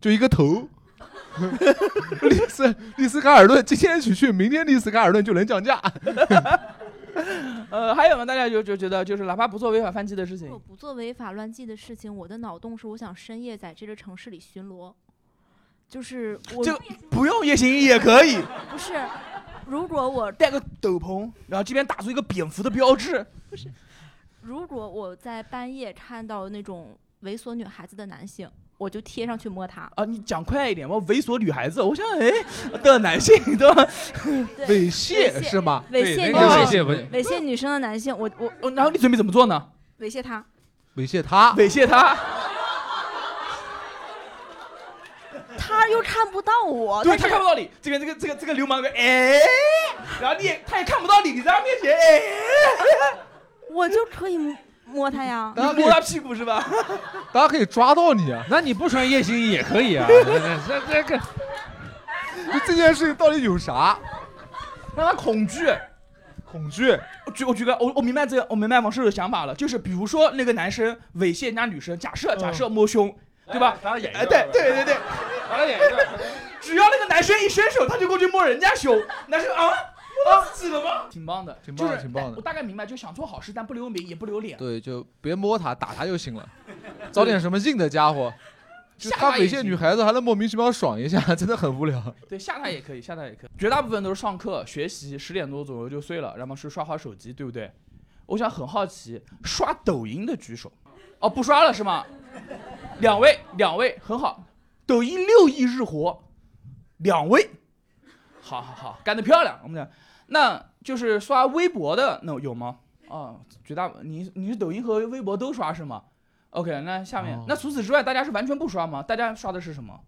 就一个头。 丽斯丽斯卡尔顿今天一起去，明天丽斯卡尔顿就能降价。
呃，还有呢，大家就就觉得就是哪怕不做违法犯纪的事情，
不做违法乱纪的事情，我的脑洞是我想深夜在这个城市里巡逻， 就是我
就不用夜行衣也可以，
不是， 如果我
戴个斗篷，然后这边打出一个蝙蝠的标志，
如果我在半夜看到那种猥琐女孩子的男性，我就贴上去摸她。
啊，你讲快一点嘛，猥琐女孩子，我想哎的男性对吧？
猥亵是吗
猥亵
对
女
那个
性
猥亵文
猥亵女生的男性，我我
哦然后你准备怎么做呢？
猥亵她，
猥亵他，
猥亵他，
儿又看不到 我，
对
但
啊他
是
看不到你，这个这个这个这个流氓哥，哎，然后你也他也看不到你，你在他面前，哎，
我就可以摸他呀。
你摸他屁股是吧？
大家可以抓到你啊！
那你不穿夜行衣也可以啊。这这个，
就这件事情到底有啥？
让他恐惧，
恐惧。
我举我举个，我我明白这个，我明白王师傅的想法了，就是比如说那个男生猥亵人家女生，假设假设摸胸，对吧？
咱俩演
哎，对对对对，
咱俩演一段。
只要那个男生一伸手，他就过去摸人家胸，男生啊，摸到自己了吗？挺棒的，挺
棒
就
的
是哎
挺棒的
我大概明白，就想做好事，但不留名也不留脸。
对，就别摸他，打他就行了。 找点什么硬的家伙，就他猥亵女孩子还能莫名其妙爽一下，真的很无聊。
对，下他也可以，下他也可以。绝大部分都是上课学习，十点多左右就睡了，然后是刷会儿手机，对不对？我想很好奇，刷抖音的举手。哦，不刷了是吗？两位，两位，很好。抖音六亿日活，两位，好好好，干得漂亮。我们讲，那就是刷微博的，那有吗？哦，绝大你你是抖音和微博都刷是吗？OK，那下
哦
面、那除此之外，大家是完全不刷吗？大家刷的是什么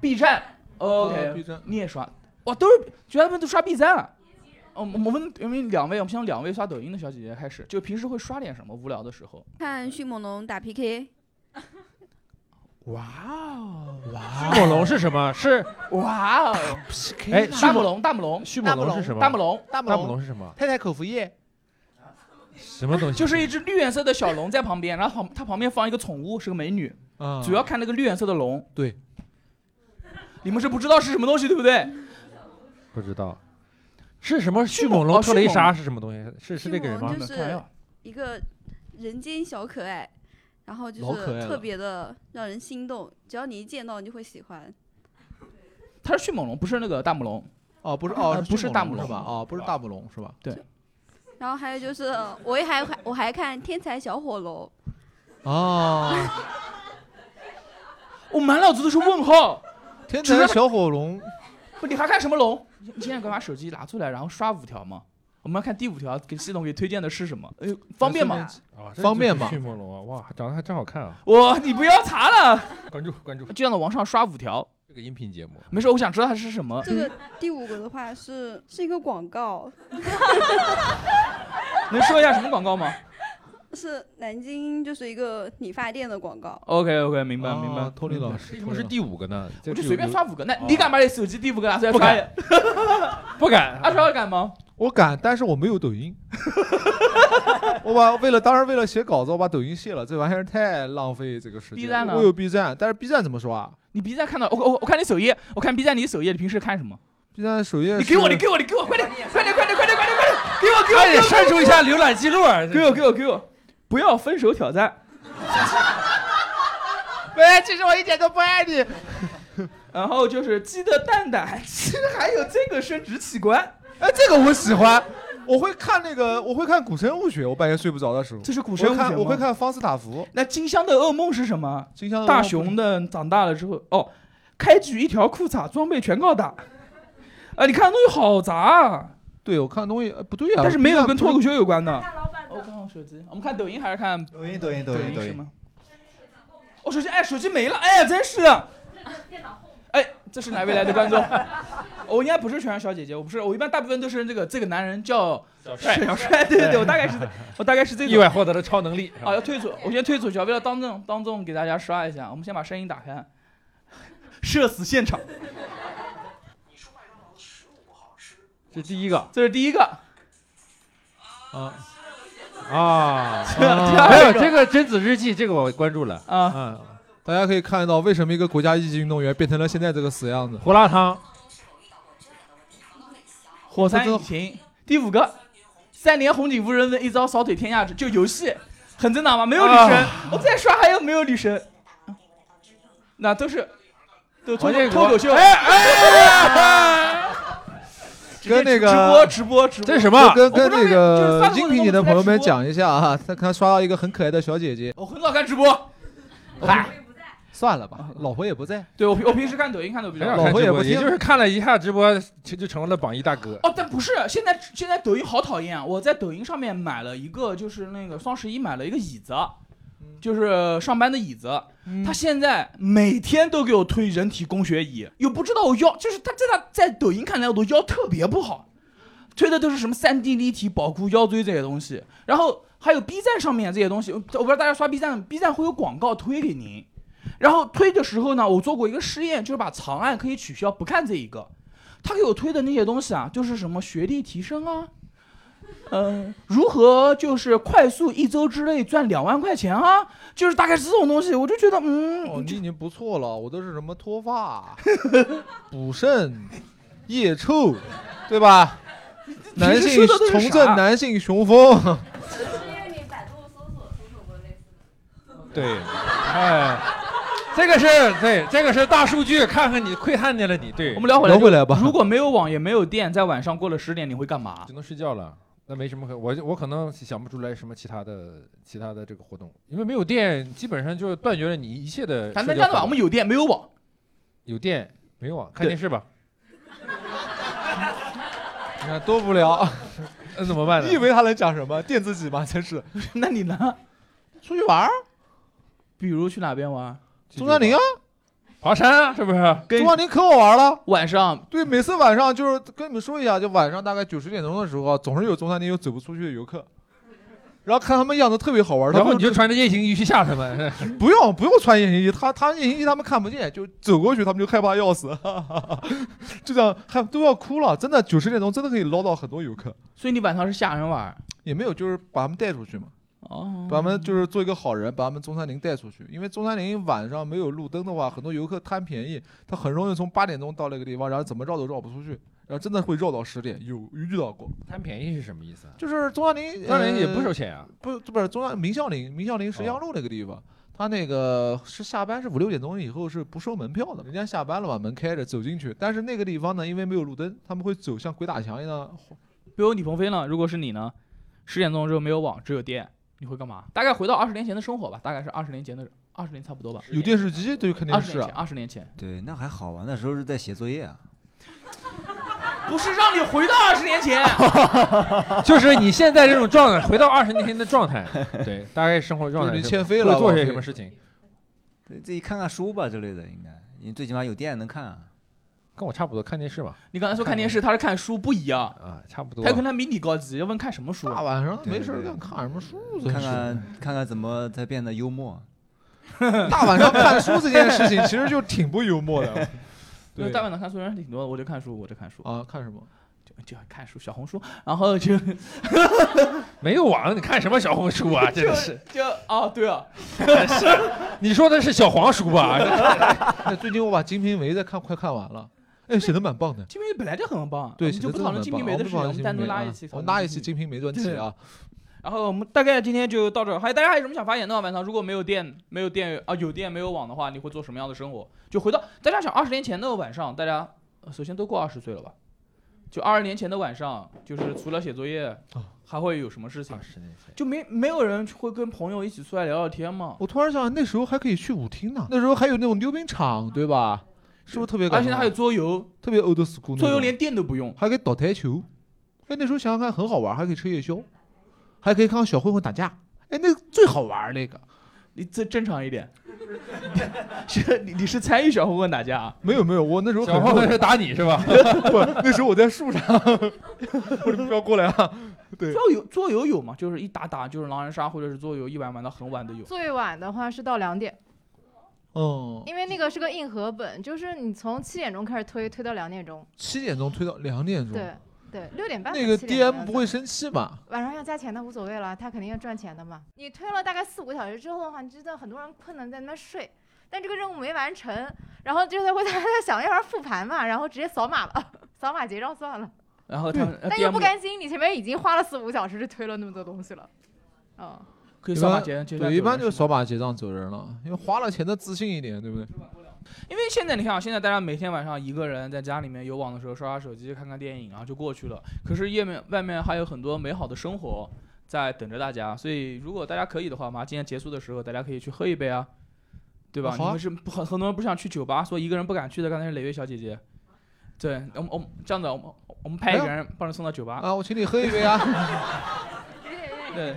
？B 站，OK，
哦，B 站
你也刷，哇，都是绝大部分都刷 B 站啊。哦，我们我们我们两位，我们先从两位刷抖音的小姐姐开始，就平时会刷点什么？无聊的时候。
看迅猛龙打 PK，
哇哦，
迅猛龙是什么？是
哇哦！
哎，
大母龙，大母龙，
迅猛龙是什么？
大母龙，
大母龙是什么？
太太口服液，
什么东西？
就是一只绿颜色的小龙在旁边，然后旁它旁边放一个宠物，是个美女，
啊
主要看那个绿颜色的龙。
对，
你们是不知道是什么东西，对不对？
不知道是什么迅
猛
猛龙
哦
特雷
迅猛
莎是什么东西？是是那个人吗？
就是一个人间小可爱，然后就
老可爱了
是特别的让人心动，只要你一见到你就会喜欢。
它是迅猛龙，不是那个大母龙。
哦，不是
呃
哦，
不是大母
龙
龙
是吧？哦，不是大母龙是吧？
对。
然后还有就是， 我也还我还看《天才小火龙
哦，
我满脑子都是问号。
天
只要
才小火龙，
不，你还看什么龙？你你现在快把手机拿出来，然后刷五条嘛。我们要看第五条，给系统给推荐的是什么？哎呦，方便吗？
啊这
方便
就是
吗
迅猛龙啊，哇，长得还真好看啊！
我，你不要查了，
关注关注
就让我往上刷五条。
这个音频节目，
没事，我想知道它是什么。嗯
这个第五个的话是是一个广告，
能说一下什么广告吗
是南京就是一个理发店的广告。
？OK OK，明
哦
白明白。
托尼老
师，为什哦么是第五个呢？
我
这
就
个
随便
有
刷五个，那你敢把你手机第五个拿出来刷呀？
不敢，
阿超敢吗？
我敢，但是我没有抖音。 我把为了当时为了写稿子，我把抖音卸了，这玩意儿太浪费这个时间。
B 站呢
我有 B 站，但是 B 站怎么啊刷
你 B 站看到我我我看你首页，我看 B 站。在你首页，你平时看什么？
？B 站首页
你给我，你给
我，
我，你给我，快点，快点，快点，快点，快点，快点，给我，给我，
快
给
点
我
删除一下浏览记录啊！
给我，给我，给我，不要分手挑战。喂，其实我一点都不爱你。然后就是鸡的蛋蛋， 其实还有这个生殖器官。
哎，这个我喜欢。我会看那个，我会看古生物学，我半夜睡不着的时候。
这是古生物学
我看
吗
我会看方斯塔夫。
那金香的噩梦是什么？
金香的噩梦
大熊的长大了之后，哦，开局一条裤衩，装备全靠打。啊，你看的东西好杂啊！
对，我看的东西、呃不对啊，
但是没有
B 站
跟脱口秀有关的。
我
看我哦手机，我们看抖音还是看
抖音？抖音，抖音，抖
是
音
吗。我、手机，哎，手机没了，哎呀，真是的。哎，这是哪位来的观众？ 哦我应该不是全是小姐姐，我不是，我一般大部分都是这个这个男人叫小
帅
小帅，对对对，我大概 是，我大概是这种。
意外获得了超能力。
啊，要退出，我先退出去啊，为了当众当众给大家刷一下，我们先把声音打开， 社死现场，
这第一个
这是第一个，
啊 啊
第二
没有
个
这个《贞子日记》，这个我关注了
啊。
嗯
大家可以看到为什么一个国家一级运动员变成了现在这个死样子。
胡辣汤，
火山引擎，第五个，三连红警无人问，一招扫腿天下知，就游戏，很正常吗？没有女生，
啊
我再刷还有没有女生？那都是，都脱
王建
口
国
脱口秀，
哎哎跟那个
直播直播直播，我
跟跟那个
不知道为什么就是刷抖音
音频里的朋友们讲一下啊，他他刷到一个很可爱的小姐姐，哦
我很少看直播，嗨，
算了吧，老婆也不在，
对我平我平时看抖音看的比较
老
老
婆
婆
也
也
不
不听
也就是看了一下直播，就就成了榜一大哥。
哦，但不是，现在现在抖音好讨厌啊！我在抖音上面买了一个，就是那个双十一买了一个椅子，就是上班的椅子，他现在每天都给我推人体工学椅，又不知道我腰，就是他在他在抖音看来我的腰特别不好，推的都是什么三 D 立体保护腰椎这些东西，然后还有 B 站上面这些东西，我不知道大家刷 B 站，B 站会有广告推给您，然后推的时候呢，我做过一个试验，就是把长按可以取消，不看这一个，他给我推的那些东西啊，就是什么学历提升啊。嗯，如何就是快速一周之内赚两万块钱啊？就是大概是这种东西，我就觉得嗯，
哦，你已经不错了，我都是什么脱发、补肾、腋臭，对吧？
你
男
这
性
说的都是
重
啥
振男性雄风，
对，哎，这个是对，这个是大数据，看看你窥探见了你。对，
我们聊回来，
回来吧。
如果没有网也没有电，在晚上过了十点，你会干嘛？
只能睡觉了。那没什么可，我就我可能想不出来什么其他的其他的这个活动，因为没有电，基本上就断绝了你一切的社交
咱
活动。
们这样的吧，我们有电没有网，
有电没有啊网，看电视吧。
你看多无 聊。
那怎么办呢
你以为他能讲什么？电自己吗？真是。
那你呢？出去玩儿，比如去哪边玩？
中山陵啊，
爬山啊，是不是？
中山陵可好玩了。
晚上，
对，每次晚上就是跟你们说一下，就晚上大概九十点钟的时候啊，总是有中山陵有走不出去的游客，然后看他们样子特别好玩，
然后你就
穿。
穿着夜行衣去吓他们。
不用不用穿隐形衣，他他隐形衣他们看不见，就走过去他们就害怕要死， 就这样还都要哭了。真的九十点钟真的可以捞到很多游客，
所以你晚上是吓人玩？
也没有，就是把他们带出去嘛。
哦
把他们就是做一个好人，把他们中山陵带出去，因为中山陵晚上没有路灯的话，很多游客贪便宜，他很容易从八点钟到那个地方，然后怎么绕都绕不出去，然后真的会绕到十点，有遇到过。
贪便宜是什么意思啊？
就是中山陵，
当然也不
呃
收钱啊。
不不是中央明孝陵，明孝陵石像路那个地方，他那个是下班是五六点钟以后是不收门票的，人家下班了把门开着走进去，但是那个地方呢，因为没有路灯，他们会走像鬼打墙一样。
比如李鹏飞呢？如果是你呢？十点钟之后没有网，只有电，你会干嘛？大概回到二十年前的生活吧，大概是二十年前的二十年差不多吧。
有电视机，对，肯定是啊
二十年前，
对，那还好吧，那时候是在写作业啊。
不是让你回到二十年 前，
就是你现在这种状态，回到二十年前的状 态，对，大概生活状态
就是你
吧。
欠费了
会做
王
些
菲
什么事情？
对，自己看看书吧之类的，应该，因为最起码有电能看啊。
跟我差不多，看电视吧。
你刚才说看电视，他是看书，不一样
啊，差不多
他可能比你高级，要问看什么书？啊大
晚上
没事儿干
看什么书
看看看看怎么才变得幽默。
大晚上看书这件事情其实就挺不幽 默的。
因为
对
大晚上看书人还挺多的，我就看书，我就看书
啊，看什么？
就就看书，小红书，然后就
没有网，你看什么小红书啊？真的是，
就哦，对啊，
是你说的是小黄 书吧？
哎，啊最近我把《金瓶梅》在看，快看完了，哎，写的蛮棒的。
金瓶梅本来就很棒，啊
对，
我们
写
就
得
不
真的
讨论
蛮
金瓶
棒
梅的
我
事情，
们不讨
我们
论金
单独
瓶梅
拉
啊
一期讨论金瓶梅，
我们拉一期《金瓶梅》专题啊。
然后我们大概今天就到这儿，还有大家还有什么想发言的吗？晚上如果没有电，没有电啊，有电没有网的话，你会做什么样的生活？就回到大家想二十年前的晚上，大家呃首先都过二十岁了吧？就二十年前的晚上，就是除了写作业，
哦
还会有什么事情？就没没有人会跟朋友一起出来聊聊天吗？
我突然想，那时候还可以去舞厅呢，那时候还有那种溜冰场，对吧？是不是特别感
而
动？啊
且还有桌游，
特别 old school，
桌游连电都不用，
还可以倒台球。哎，那时候想想看，很好玩，还可以吃夜宵，还可以看小混混打架。哎，那个最好玩那个。
你这正常一点， 是你你是参与小混混打架啊？
没有没有，我那时候很
小混混是打
你是吧
不，那时候我在树上，我说不要过来 啊。对，
桌游桌游有吗？就是一打打就是狼人杀或者是桌游，一晚玩到很晚的有。
最晚的话是到两点，
哦
嗯，
因为那个是个硬核本，就是你从七点钟开始推，推到两点钟。
七点钟推到两点钟，
对对，六点半
那个
7点钟
DM 不会生气吧？
晚上要加钱的无所谓了，他肯定要赚钱的嘛。你推了大概四五个小时之后的话，你知道很多人困的在那边睡，但这个任务没完成，然后就在会他在想要不要复盘嘛，然后直接扫码了， 扫码结账算了。
然后他们呃
但又不甘心，你前面已经花了四五小时就推了那么多东西了，嗯，
可以
一
扫码
般
结结账
对，
走
一般
人
就是扫码结账走人了，因为花了钱的自信一点，对不对？
因为现在你看啊，现在大家每天晚上一个人在家里面有网的时候刷刷手机、看看电影，然后就过去了。可是页面外面还有很多美好的生活在等着大家，所以如果大家可以的话嘛，今天结束的时候大家可以去喝一杯啊，对吧？
啊好啊
你们是不很很多人不想去酒吧，说一个人不敢去的，刚才是磊月小姐姐。对，我们我们这样子，我们哎我们派一个人帮你送到酒吧
啊，我请你喝一杯啊。
对，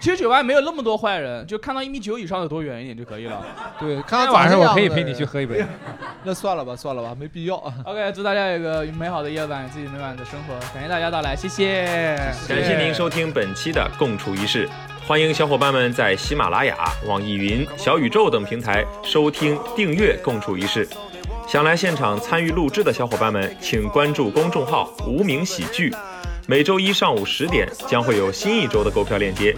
其实酒吧没有那么多坏人，就看到一米九以上的躲远一点就可以了。
对，看到
晚
长这
上我
样
可以
的
陪你
人
去喝一杯。
那算了吧，算了吧，没必要啊。
OK，祝大家有个美好的夜晚，自己美满的生活。感谢大家到来，谢谢。
感谢您收听本期的《共处一室》，欢迎小伙伴们在喜马拉雅、网易云、小宇宙等平台收听、订阅《共处一室》。想来现场参与录制的小伙伴们，请关注公众号“无名喜剧”，每周一上午十点将会有新一周的购票链接。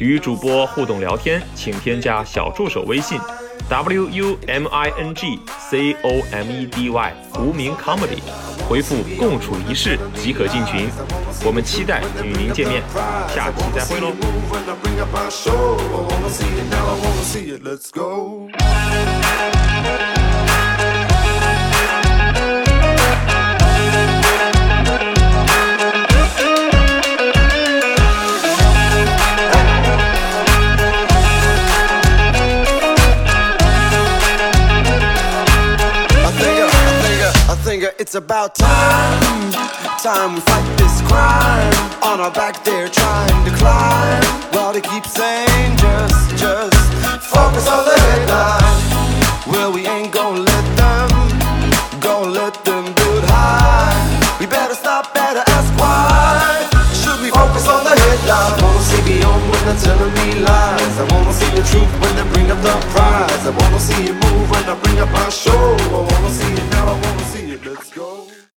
与主播互动聊天，请添加小助手微信 w u m i n g c o m e d y 无名 comedy，回复“共处一室”即可进群。我们期待与您见面，下期再会喽。
Let's go.
I think, uh, I think, uh, I think uh, it's about time. Time we fight this crime. On our back, they're trying to climb. While they keep saying, just, just focus on the headline. Well, we ain't gonna let them, gonna let them build high. We better stop, better ask why. Should we focus on the headline? I wanna see beyond when they're telling me lies. I wanna see the truth when they bring up the prize. I wanna see it move when I bring up my show.